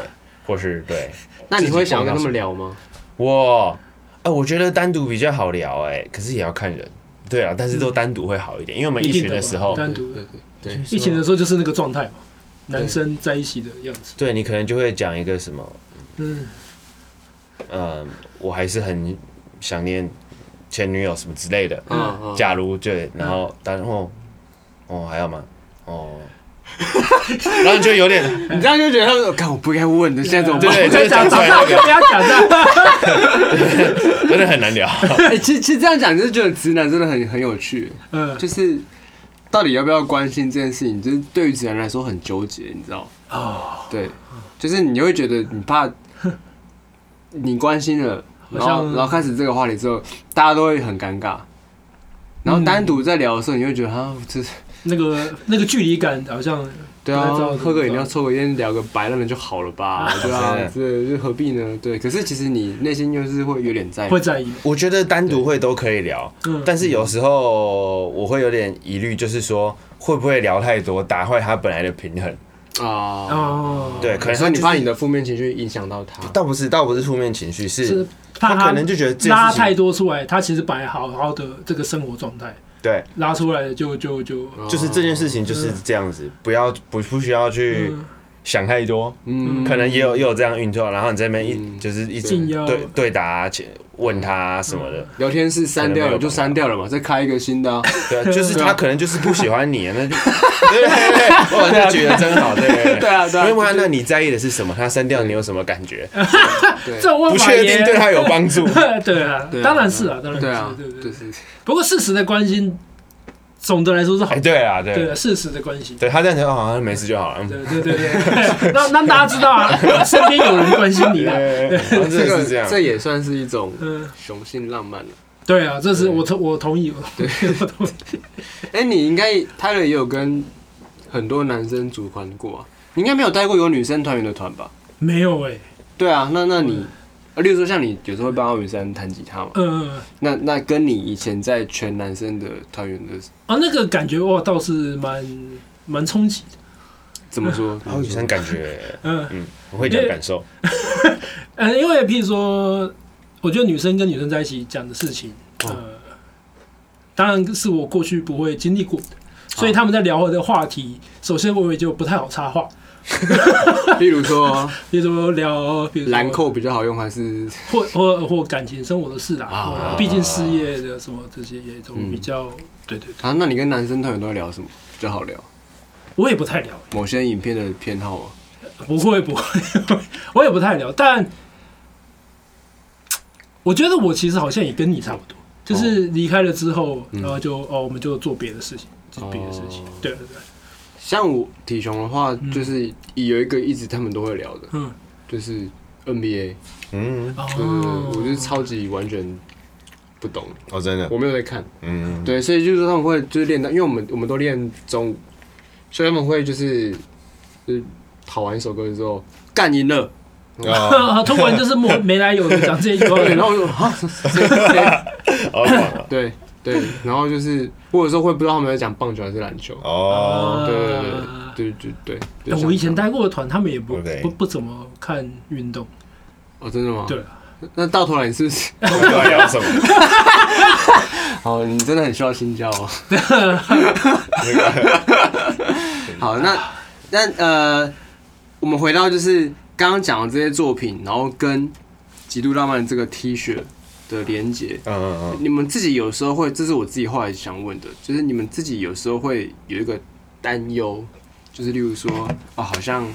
或是对
那你会想要跟他们聊吗？
我，哎、我觉得单独比较好聊哎、可是也要看人。对啊，但是都单独会好一点，因为我们一
一定
群
的
的
吧
时候，
单独
对对对对
疫情的时候就是那个状态嘛，男生在一起的样子。
对你可能就会讲一个什么，
嗯，
嗯，我还是很想念前女友什么之类的。
嗯嗯，
假如对，然后然后哦还有吗？哦，然后就有点
你这样就觉得他们，哦看我不该问的，现在怎么办？
对，就是讲
讲
出
长大
来那
就不
个
要讲这 样。
真的很难聊。
哎，其实其实这样讲，就觉得直男真的很很有趣，
嗯
就是到底要不要关心这件事情，就是对于直男来说很纠结，你知道吗？
哦，
对，就是你会觉得你 怕你关心了，
好
然后
像
然后开始这个话题之后，大家都会很尴尬。然后
嗯
单独在聊的时候，你会觉得啊，这是
那个那个距离感好像
对啊，
不太知道
喝个饮料、抽个烟、聊个白烂的就好了吧？对 啊，对，就何必呢？对，可是其实你内心就是会有点在意
会在意。
我觉得单独会都可以聊，
嗯，
但是有时候我会有点疑虑，就是说会不会聊太多，打坏他本来的平衡。
啊，
哦，
对，可能
所以
他
你
就是
怕你的负面情绪影响到他，
倒不是，倒不是负面情绪，
是
是
怕
他可能就觉得这件
拉
事情
太多出来，他其实本来好好的这个生活状态，
对，
拉出来就就就，
就是这件事情就是这样子，不要不不需要去
嗯
想太多，
嗯
可能也有也有这样运作，然后你这边一
嗯
就是一直
硬要
对对答且问他什么的，
聊天室删掉了就删掉了嘛，再开一个新的啊。
对啊，就是他可能就是不喜欢你，那就对对对，我就觉得真好，对 对
对啊对啊
因为他那你在意的是什么？他删掉你有什么感觉？
对
这种问
不
法
确
也
定对他有帮助。
对啊
对，啊
当然是啊，当
对
然
啊
是，对对
就
对。
是
不过事实的关心，总的来说是好
哎，，对啊，
对
对
啊，事实的关心。
对，他这样讲，哦好像没事就好了。嗯
对对对对， 让让大家知道啊，身边有人关心你
对
啊。
对对好像真
这
的
个
是这样，
这也算是一种
嗯，
雄性浪漫了。
对啊，这是我同我同意，我同意我同意。
哎、你应该泰勒也有跟很多男生组团过啊，你应该没有带过有女生团员的团吧？
没有哎，
对啊，那那你
嗯，
呃例如说像你有时候会帮奥运生弹吉他嘛，
嗯，
那那跟你以前在全男生的团员的
啊，那个感觉哇，倒是蛮蛮冲击的。
怎么说？
然后女生感觉，
嗯
嗯，我会讲感受，
嗯，因为譬如说，我觉得女生跟女生在一起讲的事情，呃，当然是我过去不会经历过的，所以他们在聊的话题，首先我也就不太好插话。
例如说
比如说聊，比如说
兰蔻比较好用，还是
或或或感情生活的事啦
啊，嗯
毕竟事业的什么这些也都比较，对对，对
啊？那你跟男生朋友都会聊什么比较好聊？
我也不太聊，
某些影片的偏好啊吗？
不会 不会，我也不太聊，但我觉得我其实好像也跟你差不多，就是离开了之后，
哦嗯
然后就哦，我们就做别的事情，做别的事情
哦，
对对对，
像我体雄的话
嗯，
就是有一个一直他们都会聊的，
嗯，
就是 NBA，对
嗯，
对
哦，
对，我就是超级完全不懂，
哦，真的，
我没有在看。
嗯，
对，所以就是说他们会就是练到，因为我们我们都练中午，所以他们会就是就是跑完一首歌之后干赢了，
哦，
突然就 是没没来由的讲这一句话，
对，然后我 就啊，谁谁
好爽啊
对对，然后就是或者说会不知道他们在讲棒球还是篮球，
哦，
对对对对对对对
啊呃。我以前带过的团，他们也不
OK
不不怎么看运动，
哦，真的吗？
对，
那到头来你是不是？
我们要聊什么？
哦，你真的很需要新交 哦。好，那那呃，我们回到就是刚刚讲的这些作品，然后跟《极度浪漫》这个 T 恤的连接，
嗯嗯
你们自己有时候会，这是我自己后来想问的，就是你们自己有时候会有一个担忧，就是例如说，哦，好像《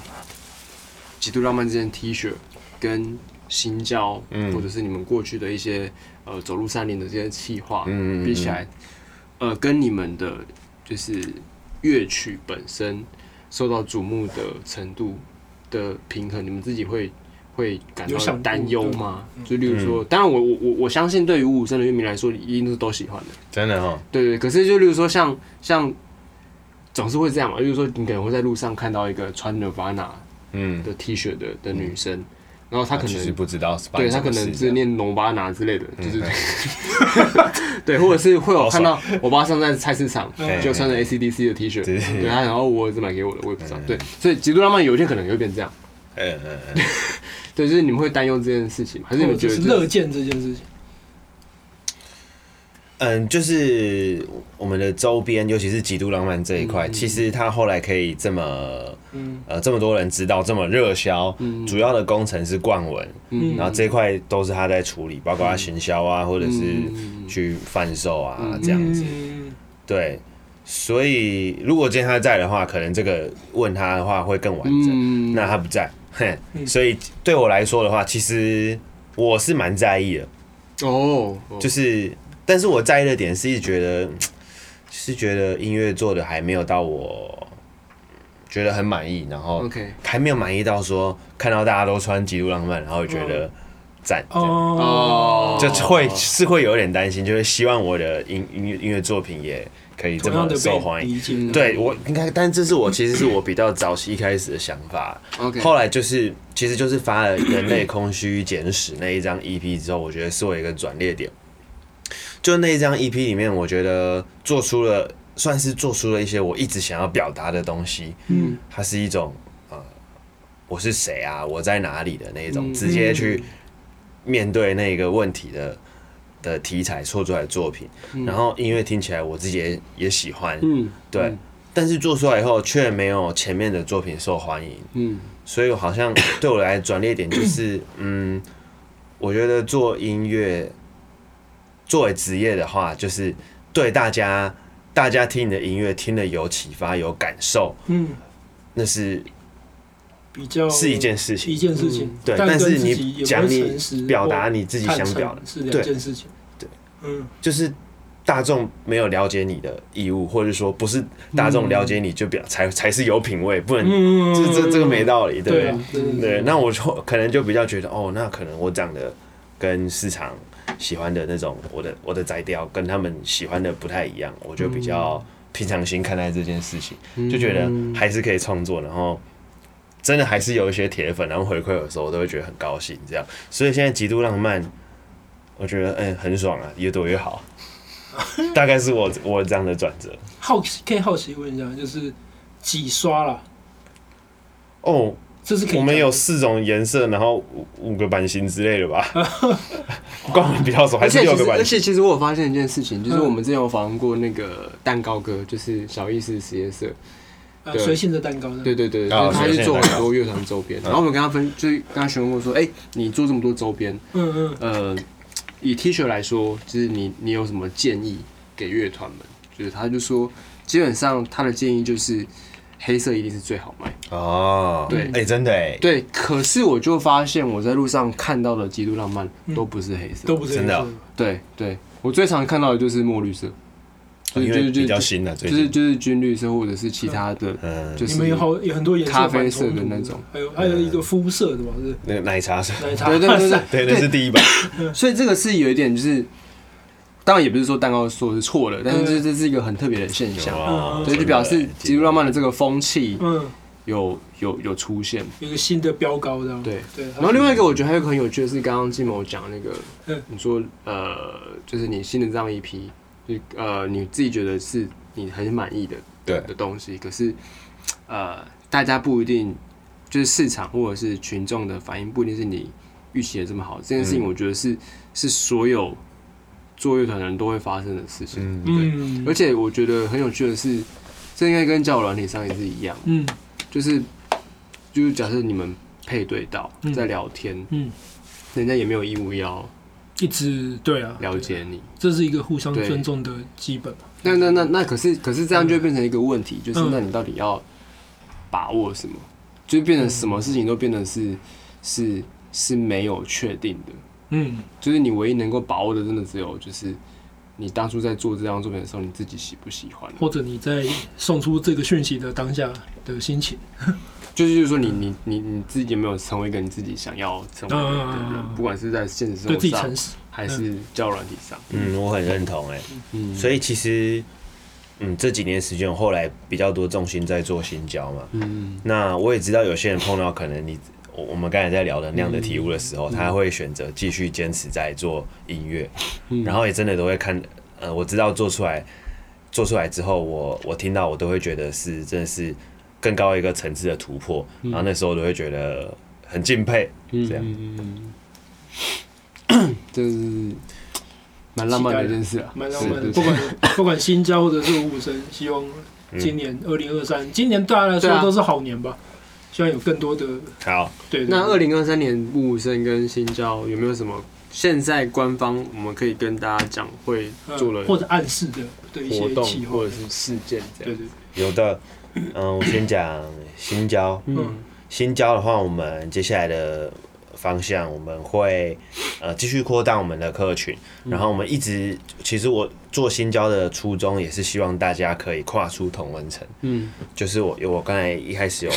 极度浪漫》这件 T 恤跟新交，
嗯
或者是你们过去的一些呃走入山林的这些企划，
嗯嗯嗯
比起来，呃，跟你们的就是乐曲本身受到瞩目的程度的平衡，你们自己会会感
有
到
想过
担忧吗？就例如
嗯
说，当然我我我我相信对于五五声的乐迷来说，一定是都喜欢的，
嗯，真的哦，
对对。可是就例如说像像。总是会这样嘛，就是说你可能会在路上看到一个穿 Nirvana
嗯，
的 T 恤的的女生，然后她可
其实
能
不知道是发
对
生
他
什
可
么事
能
这
是
样，
念农巴拿之类的，就是
嗯
对，或者是会有
好
看
爽
到我爸上在菜市场
嗯
就穿着 ACDC 的 T 恤，
对
对他然后我儿子买给我的，我也不知道
嗯，
对，所以极度浪漫有一天可能也会变这样，
嗯嗯嗯，
对，就是你们会担忧这件事情吗？还是你
或
们
者
觉得
是
这
乐见这件事情，
嗯，就是我们的周边，尤其是极度浪漫这一
嗯
块，其实它后来可以这么
嗯，
呃这么多人知道，这么热销，
嗯
主要的工程是冠文，
嗯
然后这一块都是他在处理，包括他行销啊，或者是
嗯
去贩售啊
嗯
这样子。
嗯
对，所以如果今天他在的话，可能这个问他的话会更完整。
嗯
那他不在，嘿，
嗯
所以对我来说的话，其实我是蛮在意的，
哦，
就是是，但是我在意的点是觉得，是觉得音乐做的还没有到我觉得很满意，然后
OK
还没有满意到说看到大家都穿极度浪漫，然后觉得赞，这样
嗯哦，
就会是会有点担心，就是希望我的音音乐音乐作品也可以这
同样
么
的
受欢
被
迎。
理解，
对我应该，但这是我其实是我比较早期一开始的想法。
OK，
后来就是，其实就是发了《人类空虚简史》那一张 EP 之后，我觉得是我一个转捩点。就那一张 EP 里面，我觉得做出了算是做出了一些我一直想要表达的东西。
嗯，
它是一种呃，我是谁啊，我在哪里的那一种，
嗯
直接去面对那个问题的的题材做出来的作品。然后音乐听起来我自己也也喜欢，
嗯
对，但是做出来以后却没有前面的作品受欢迎，
嗯
所以我好像 对我来转捩 点就是，嗯，我觉得做音乐作为职业的话，就是对大家，大家听你的音乐听的有启发、有感受，
嗯，
那是
比较
是一件事
一
情。
件事情
嗯，
对但
但
是
跟
你
自己有没有
讲你
诚实
表达
或
你自己
坦
想
诚
表达，
是两
对
件事情，
对，
嗯，
就是大众没有了解你的义务，或者说不是大众了解你就表才才是有品味，不能
嗯
这这这个没道理，对不
对
对
啊？，真的
对，那我就 可能就比较觉得，哦，那可能我长得跟市场喜欢的那种，我的我的摘调跟他们喜欢的不太一样，我就比较平常心看待这件事情，
嗯
就觉得还是可以创作，然后真的还是有一些铁粉，然后回馈我的时候，我都会觉得很高兴，这样。所以现在极度浪漫，我觉得嗯、很爽啊，越多越好，大概是我我这样的转折。
好奇可以好奇问一下，就是几刷啦？
哦，
这是可以
我们
讲
有四种颜色，然后五五个版型之类的 吧。光我们比较哦熟，还
而
是
且
六
其实，
个
而
版型？
且其实我有发现一件事情，就是
嗯
我们之前有访问过那个蛋糕哥，就是小意思实验社，
啊，
对
随性的蛋糕呢？
对对对，
哦
就是他
所以
去
现
做
在
很多乐团周边，
嗯
然后我们跟他分，就是跟他询问过说，哎、你做这么多周边，
嗯嗯，
呃，以 T 恤来说，就是你你有什么建议给乐团们？就是他就说，基本上他的建议就是黑色一定是最好卖。
哦，
对
哎、真的哎、
对，可是我就发现我在路上看到的极度浪漫都不是黑色，
嗯都不是
真的哦
对对，我最常看到的就是墨绿色，就
哦因
是就
为
是
比较
就
新啊了，最
是
近，
就是军绿色或者是其他的，
嗯，
就
你
是
们有好有很多颜色
咖啡
蛮
色的
冲突
那种，
还有还有一个肤色的嘛，是
那个奶茶是，
奶茶
对对对对，
对，那是第一版，
所以这个是有一点就是，当然也不是说蛋糕说是错的，但是
嗯
这这是一个很特别的现象，
哦
所以就表示极度浪漫的这个风气
嗯，
有有有出现。
有一个新的标高的，
对
对，
然后另外一个我觉得还有一个很有趣的是，刚刚金某讲那个
嗯，
你说呃，就是你新的这样一批，就呃你自己觉得是你很满意的
对
的东西，可是呃大家不一定就是市场或者是群众的反应不一定是你预期的这么好，这件事情
嗯
我觉得是、是所有做乐团的人都会发生的事情，
嗯，对，
嗯
而且我觉得很有趣的是，这应该跟交友软体上也是一样，
嗯
就是就是假设你们配对到
嗯
在聊天。
嗯，
人家也没有义务要
一直对啊，
了解你。
这是一个互相
对
尊重的基本嘛。
那那那那可是可是这样就会变成一个问题，就是
嗯
那你到底要把握什么？就变
嗯
成什么事情都变得是是是没有确定的，
嗯，
就是你唯一能够把握的，真的只有就是你当初在做这张作品的时候，你自己喜不喜欢？
或者你在送出这个讯息的当下的心情，
就是就是说你你你你自己有没有成为一个你自己想要成为的
嗯
人？不管是在现实生
对
活
自己
上
诚，实。
还是交友软体上，
嗯，我很认同哎、
嗯，
所以其实，嗯，这几年时间，我后来比较多重心在做新交嘛。
嗯
那我也知道有些人碰到可能你我我们刚才在聊的那样的体悟的时候，他会选择继续坚持在做音乐，
嗯
然后也真的都会看，呃，我知道做出来，做出来之后，我我听到我都会觉得是真的是更高一个层次的突破，然后那时候我都会觉得很敬佩，这样
嗯嗯嗯 这是蛮浪漫的一件事啊，
蛮浪漫的，
是
不管不管新交或者是武神，希望
嗯
今年二零二三，今年对他来说
对啊
都是好年吧。希望有更多的
好，
对。对
那二
对
零二三年木生跟新交有没有什么现在官方我们可以跟大家讲会
呃
做了
或者暗示的的一
活
些
动
企划
或，者是事件这
对
样？
对，
有的，嗯，我先讲新交，
嗯
新交的话，我们接下来的方向我们会呃继续扩大我们的客群，
嗯
然后我们一直其实我做新交的初衷也是希望大家可以跨出同文层，
嗯
就是我我刚才一开始有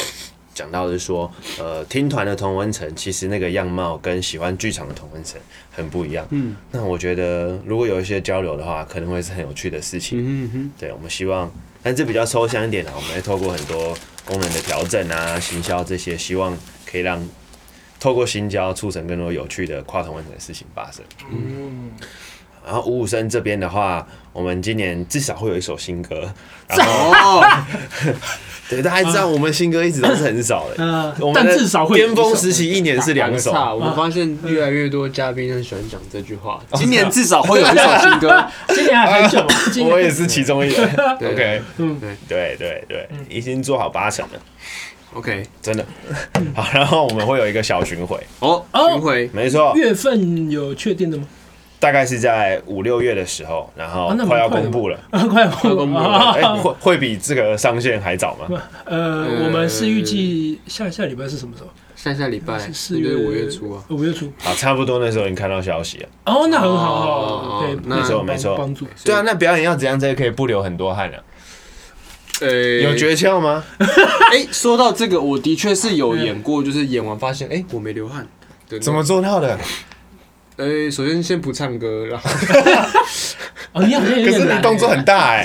讲到的是说，呃，听团的同文层其实那个样貌跟喜欢剧场的同文层很不一样。
嗯
那我觉得如果有一些交流的话，可能会是很有趣的事情。
嗯哼
对，我们希望，但这比较抽象一点啊，我们会透过很多功能的调整啊、行销这些，希望可以让透过行销促成更多有趣的跨同文层的事情发生。
嗯，
然后五五声这边的话，我们今年至少会有一首新歌， 然后
哦，
对大家知道我们新歌一直都是很少的，
那
我
嗯
们
但
的
至少会有
巅峰
一首
时期一年是两首，
我
啊
们发现越来越多嘉宾很喜欢讲这句 话，今年至少会有一首新 歌，
今年还很久，啊 今
我
年
也是其中一人。
对
OK，
嗯
对对对，已经做好八成了，
OK，
真的。好，然后我们会有一个小巡回，
哦，
哦
巡回，
没错，
月份有确定的吗？
大概是在五六月的时候，然后
啊那蛮
快要
快的
公 布了。
啊，快要
公布了
哎、
啊
会会比这个上线还早 吗？
呃，我们是预计下下礼拜是什么时候？
下下礼拜
哦是四月
五月初啊。
呃，五月初。
好，差不多那时候你看到消息了。
哦，那很好
哦
哦，对，
那没
错
帮
没错
帮助。
对啊，那表演要怎样才可以不流很多汗呢、啊
呃，
有诀窍吗？
哎、说到这个，我的确是有演过，就是演完发现，哎、我没流汗。对
怎么？做到的？
呃、首先先不唱歌，然后
哦，你好像有
可是
点难
你。动作 很大哎、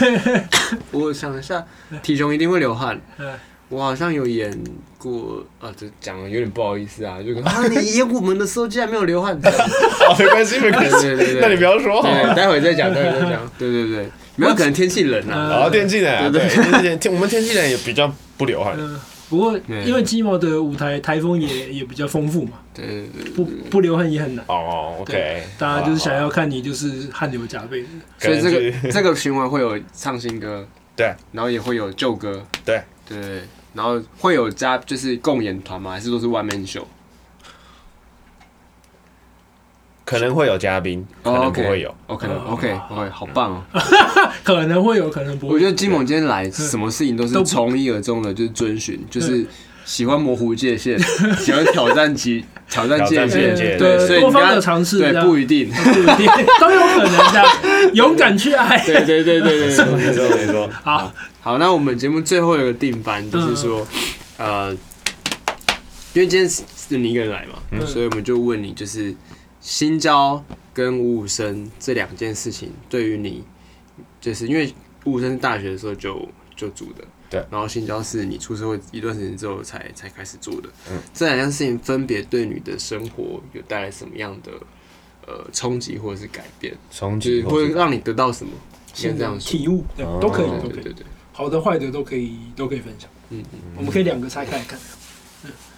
我想一下，体雄一定会流汗
嗯。
我好像有演过啊，这讲的有点不好意思啊，就可能啊，你演我们的时候竟然没有流汗。这样
好，没关系没关系
对对对，
那你不要说好
对，
了。
待会再讲，待会再讲。对对对，没有可能天气冷啊。
然后电竞人啊，
对
对，电竞人，天我们电竞人也比较不流汗。
嗯，不过
对
因为鸡毛的舞台台风也也比较丰富嘛，
对对对，
不不流汗也很难。
哦，OK，
大家就是想
好啦，
要看你就是汗流浃背。
所以这
可能
个这个循环会有唱新歌，
对，
然后也会有旧歌，
对
对，然后会有加就是共演团吗？还是都是外面秀？
可能会有嘉宾，可
哦
能不
OK
会有。
哦，可能 OK OK，好棒哦！
可能会有可能不
我
会
觉。得金猛今天来，什么事情都是
都不
从一而终的，就是遵循，就是喜欢模糊界限，喜欢挑战极挑战界
挑战
限
边，界
对所以
对，多
你
方
要
的尝试，
对
这样
不一定，
不一定 都有可能的，勇敢去爱。
对对对对 对。
没错没错，
好，
好，那我们节目最后有个定番，就是说，
嗯
呃，因为今天是你一个人来嘛，
嗯
所以我们就问你，就是新交跟五五生这两件事情，对于你，就是因为五五生是大学的时候就就组的，
对，
然后新交是你出社会一段时间之后才才开始做的，
嗯，
这两件事情分别对你的生活有带来什么样的呃冲击或者是改变，
冲
就
击
是
或
会
是
让你得到什么？先
现
这
在
样说，
体悟对
哦
都可以，
对
都可
对
以，
对对，
好的坏的都可以，都可以分享。
嗯嗯。
我们可以两个拆开来看。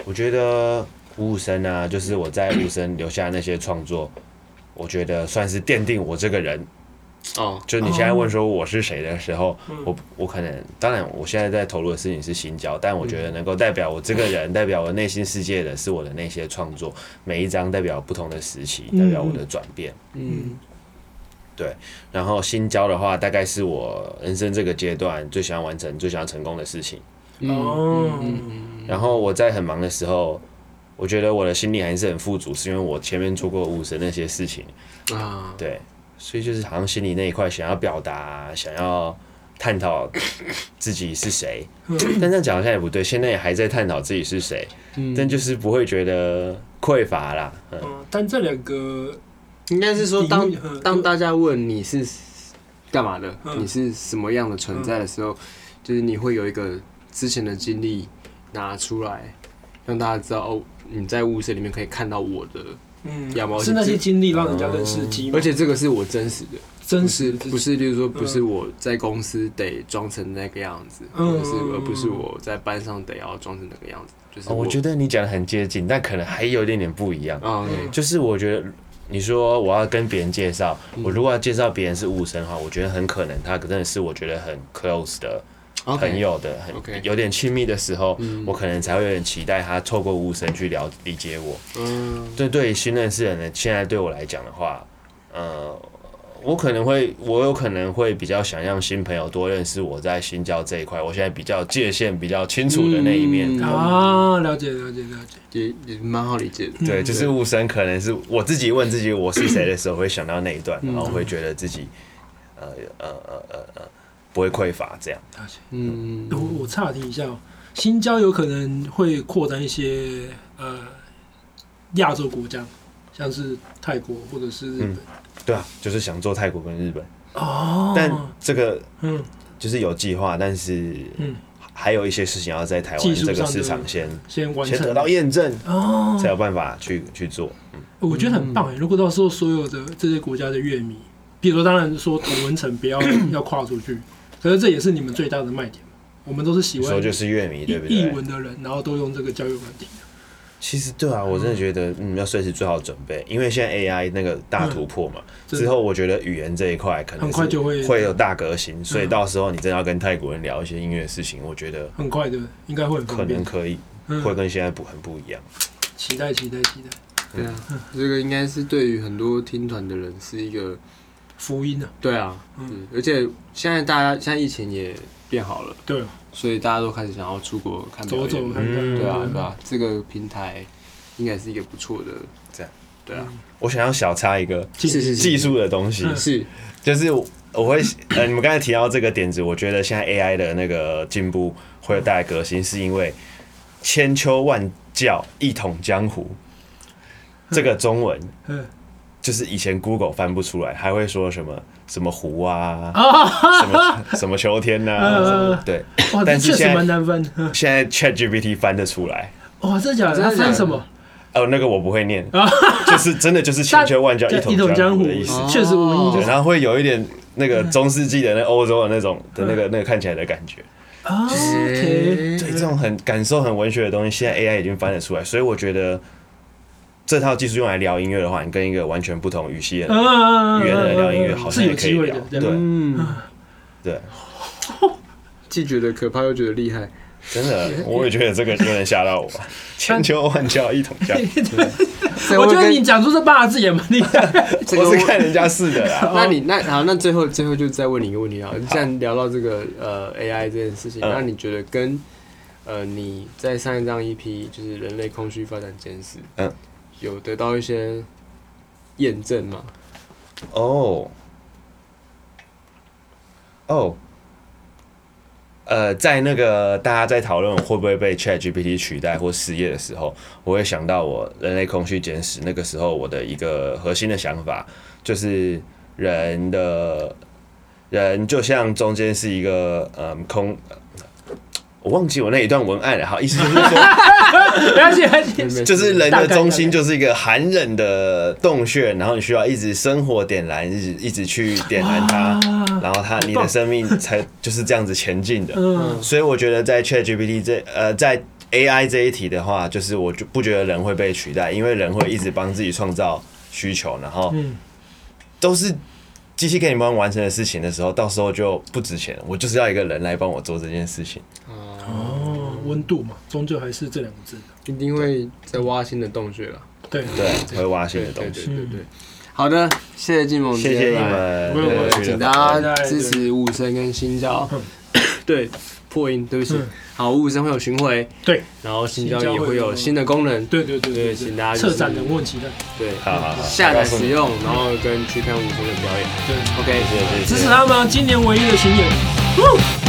我觉得五五生啊，就是我在五五生留下那些创作，我觉得算是奠定我这个人。
哦，
就你现在问说我是谁的时候，
嗯
我我可能当然我现在在投入的事情是新交，但我觉得能够代表我这个人、代表我内心世界的是我的那些创作，每一张代表不同的时期，
嗯
代表我的转变。
嗯
然后新交的话，大概是我人生这个阶段最想要完成、最想要成功的事情。
哦
嗯
然后我在很忙的时候，我觉得我的心里还是很富足，是因为我前面做过五神那些事情，
嗯啊，
对，所以就是好像心里那一块想要表达，想要探讨自己是谁，
嗯
但这样讲好像也不对，现在也还在探讨自己是谁，但就是不会觉得匮乏啦，嗯，
嗯，但这两个
应该是说当
领域嗯
当大家问你是干嘛的，
嗯
你是什么样的存在的时候，就是你会有一个之前的经历拿出来，让大家知道哦，你在物色里面可以看到我的，
嗯
羊毛，
是那些经历让人家认识鸡毛，
而且这个是我真实的，
真实
不是
的自己
不是，例如说不
嗯
是我在公司得装成那个样子，
嗯
或者是
嗯
而不是
嗯
我在班上得要装成那个样子，就是
哦我觉得你讲的很接近，但可能还有一点点不一样，
嗯
啊，对
就是我觉得。你说我要跟别人介绍，
嗯
我如果要介绍别人是武神的话，我觉得很可能他真的是我觉得很 close 的
OK
朋友的很
OK
有点亲密的时候，
嗯
我可能才会有点期待他透过无声去了理解我。
嗯
对，对于新认识的人，现在对我来讲的话，呃，我可能会，我有可能会比较想让新朋友多认识我在新交这一块，我现在比较界限比较清楚的那一面。
嗯
啊，了解了解了解，
也也蛮好理解的。
嗯
对，就是无声，可能是我自己问自己我是谁的时候，会想到那一段，然后
嗯
会觉得自己，呃呃呃呃呃，不会匮乏这样。
了解。
嗯
我我岔题一下哦，新交有可能会扩展一些呃亚洲国家，像是泰国或者是日本。
对啊，就是想做泰国跟日本，
哦，
但这个
嗯
就是有计划，但是
嗯，
还有一些事情要在台
技
湾
术
这个
上
市
的
场先
先完
先
成
得到验证，
哦，
才有办法去去做。
我觉得很
嗯
棒哎！如果到时候所有的这些国家的乐迷，比如说当然说土文城不 要要跨出去，可是这也是你们最大的卖点嘛。我们都是喜
有时
欢
候就是乐迷，对不
译译
对？
文的人，然后都用这个教育软体。
其实对啊，我真的觉得嗯，要随时做好准备，因为现在 AI 那个大突破嘛，
真的
之后我觉得语言这一块可
嗯
能
很快
是
就会嗯
会有大革新，所以到时候你真的要跟泰国人聊一些音乐的事情，我觉得
很快的，应该会很
可
方
能
便。
可以
嗯
会跟现在不很不一样。
期待期待期待，
对啊，这个应该是对于很多听团的人是一个，
福音啊！
对啊，嗯，而且现在大家现在疫情也变好了，
对，
所以大家都开始想要出国看表
走
演，
走看看。
嗯
对啊，对啊，这个平台应该是一个不错的，
这样，
对啊，
我想要小插一个
嗯技术
是
技术的东西，
嗯
是，
就是我我会呃，你们刚才提到这个点子，我觉得现在 AI 的那个进步会带来革新，是因为千秋万教一统江湖这个中文，
嗯
就是以前 Google 翻不出来，还会说什么什么湖啊，
啊，
什 么什么秋天呐、
嗯嗯嗯
什么对，
哇，这
但是
确实
现在
蛮难分。嗯
现在 ChatGPT 翻得出来。
哇，真的假的？
真的
他
假的
分什么？
哦，那个我不会念，就是真的就是千秋 万教一
啊一
统江
江
湖
湖嗯
的意思。
哦确实文艺就
对，
是
然后会有一点那个中世纪的那欧洲的那种的
嗯
那个那个看起来的感觉。
啊 OK，
对这种很感受很文学的东西，现在 AI 已经翻得出来，所以我觉得这套技术用来聊音乐的话，你跟一个完全不同语系的
嗯
人、
嗯嗯
语言的人聊音乐，
嗯
好像
是
也
有
可
机
以
会
聊
的。。
对
对
嗯，
对，
既觉得可怕又觉得厉害，
真的，我也觉得这个有点吓到我，千秋万教一统教，
所以
我
会
觉得
跟
你讲出这八个字也蛮厉害。
这个
我
我
是看人家是的 啦。
那你那好，那最后最后就再问你一个问题啊，既然聊到这个呃 AI 这件事情，
嗯
那你觉得跟呃你在上一张 EP 就是人类空虚发展监视，
嗯，
有得到一些验证吗？
哦，哦，呃，在那个大家在讨论我会不会被 Chat GPT 取代或失业的时候，我会想到我《人类空虚简史》那个时候我的一个核心的想法，就是人的人就像中间是一个嗯空。我忘记我那一段文案了，好，意思就是说，
没关系，没 关系。
就是人的中心就是一个寒冷的洞穴，然后你需要一直生火点燃，一直一直去点燃
啊
它，
啊
然后它你的生命才就是这样子前进的。
嗯，
所以我觉得在 ChatGPT 这呃在 AI 这一题的话，就是我就不觉得人会被取代，因为人会一直帮自己创造需求，然后
嗯
都是机器给你们完成的事情的时候，到时候就不值钱了。我就是要一个人来帮我做这件事情。
哦，
哦，温度嘛，终究还是这两个字。
一定会在挖新的洞穴了。
对，
对，会挖新的
对
东
对
西。
对对。好的，谢谢金萌，
谢谢你。们，
不用不用
请
大
大
对
家
对
支持武神跟新交， 对破音，对不起
嗯。
好，武神会有巡回，
对，
然后新交
新交
也
会
会
有
有新的功能，
对对对
对
对
请
对，
大家就
策
是
展人问期待，
对，
好好好，
下载使用，然后跟去看武神的表演。
对，
OK，
谢谢谢谢
支持他们啊今年唯一的巡演。Woo！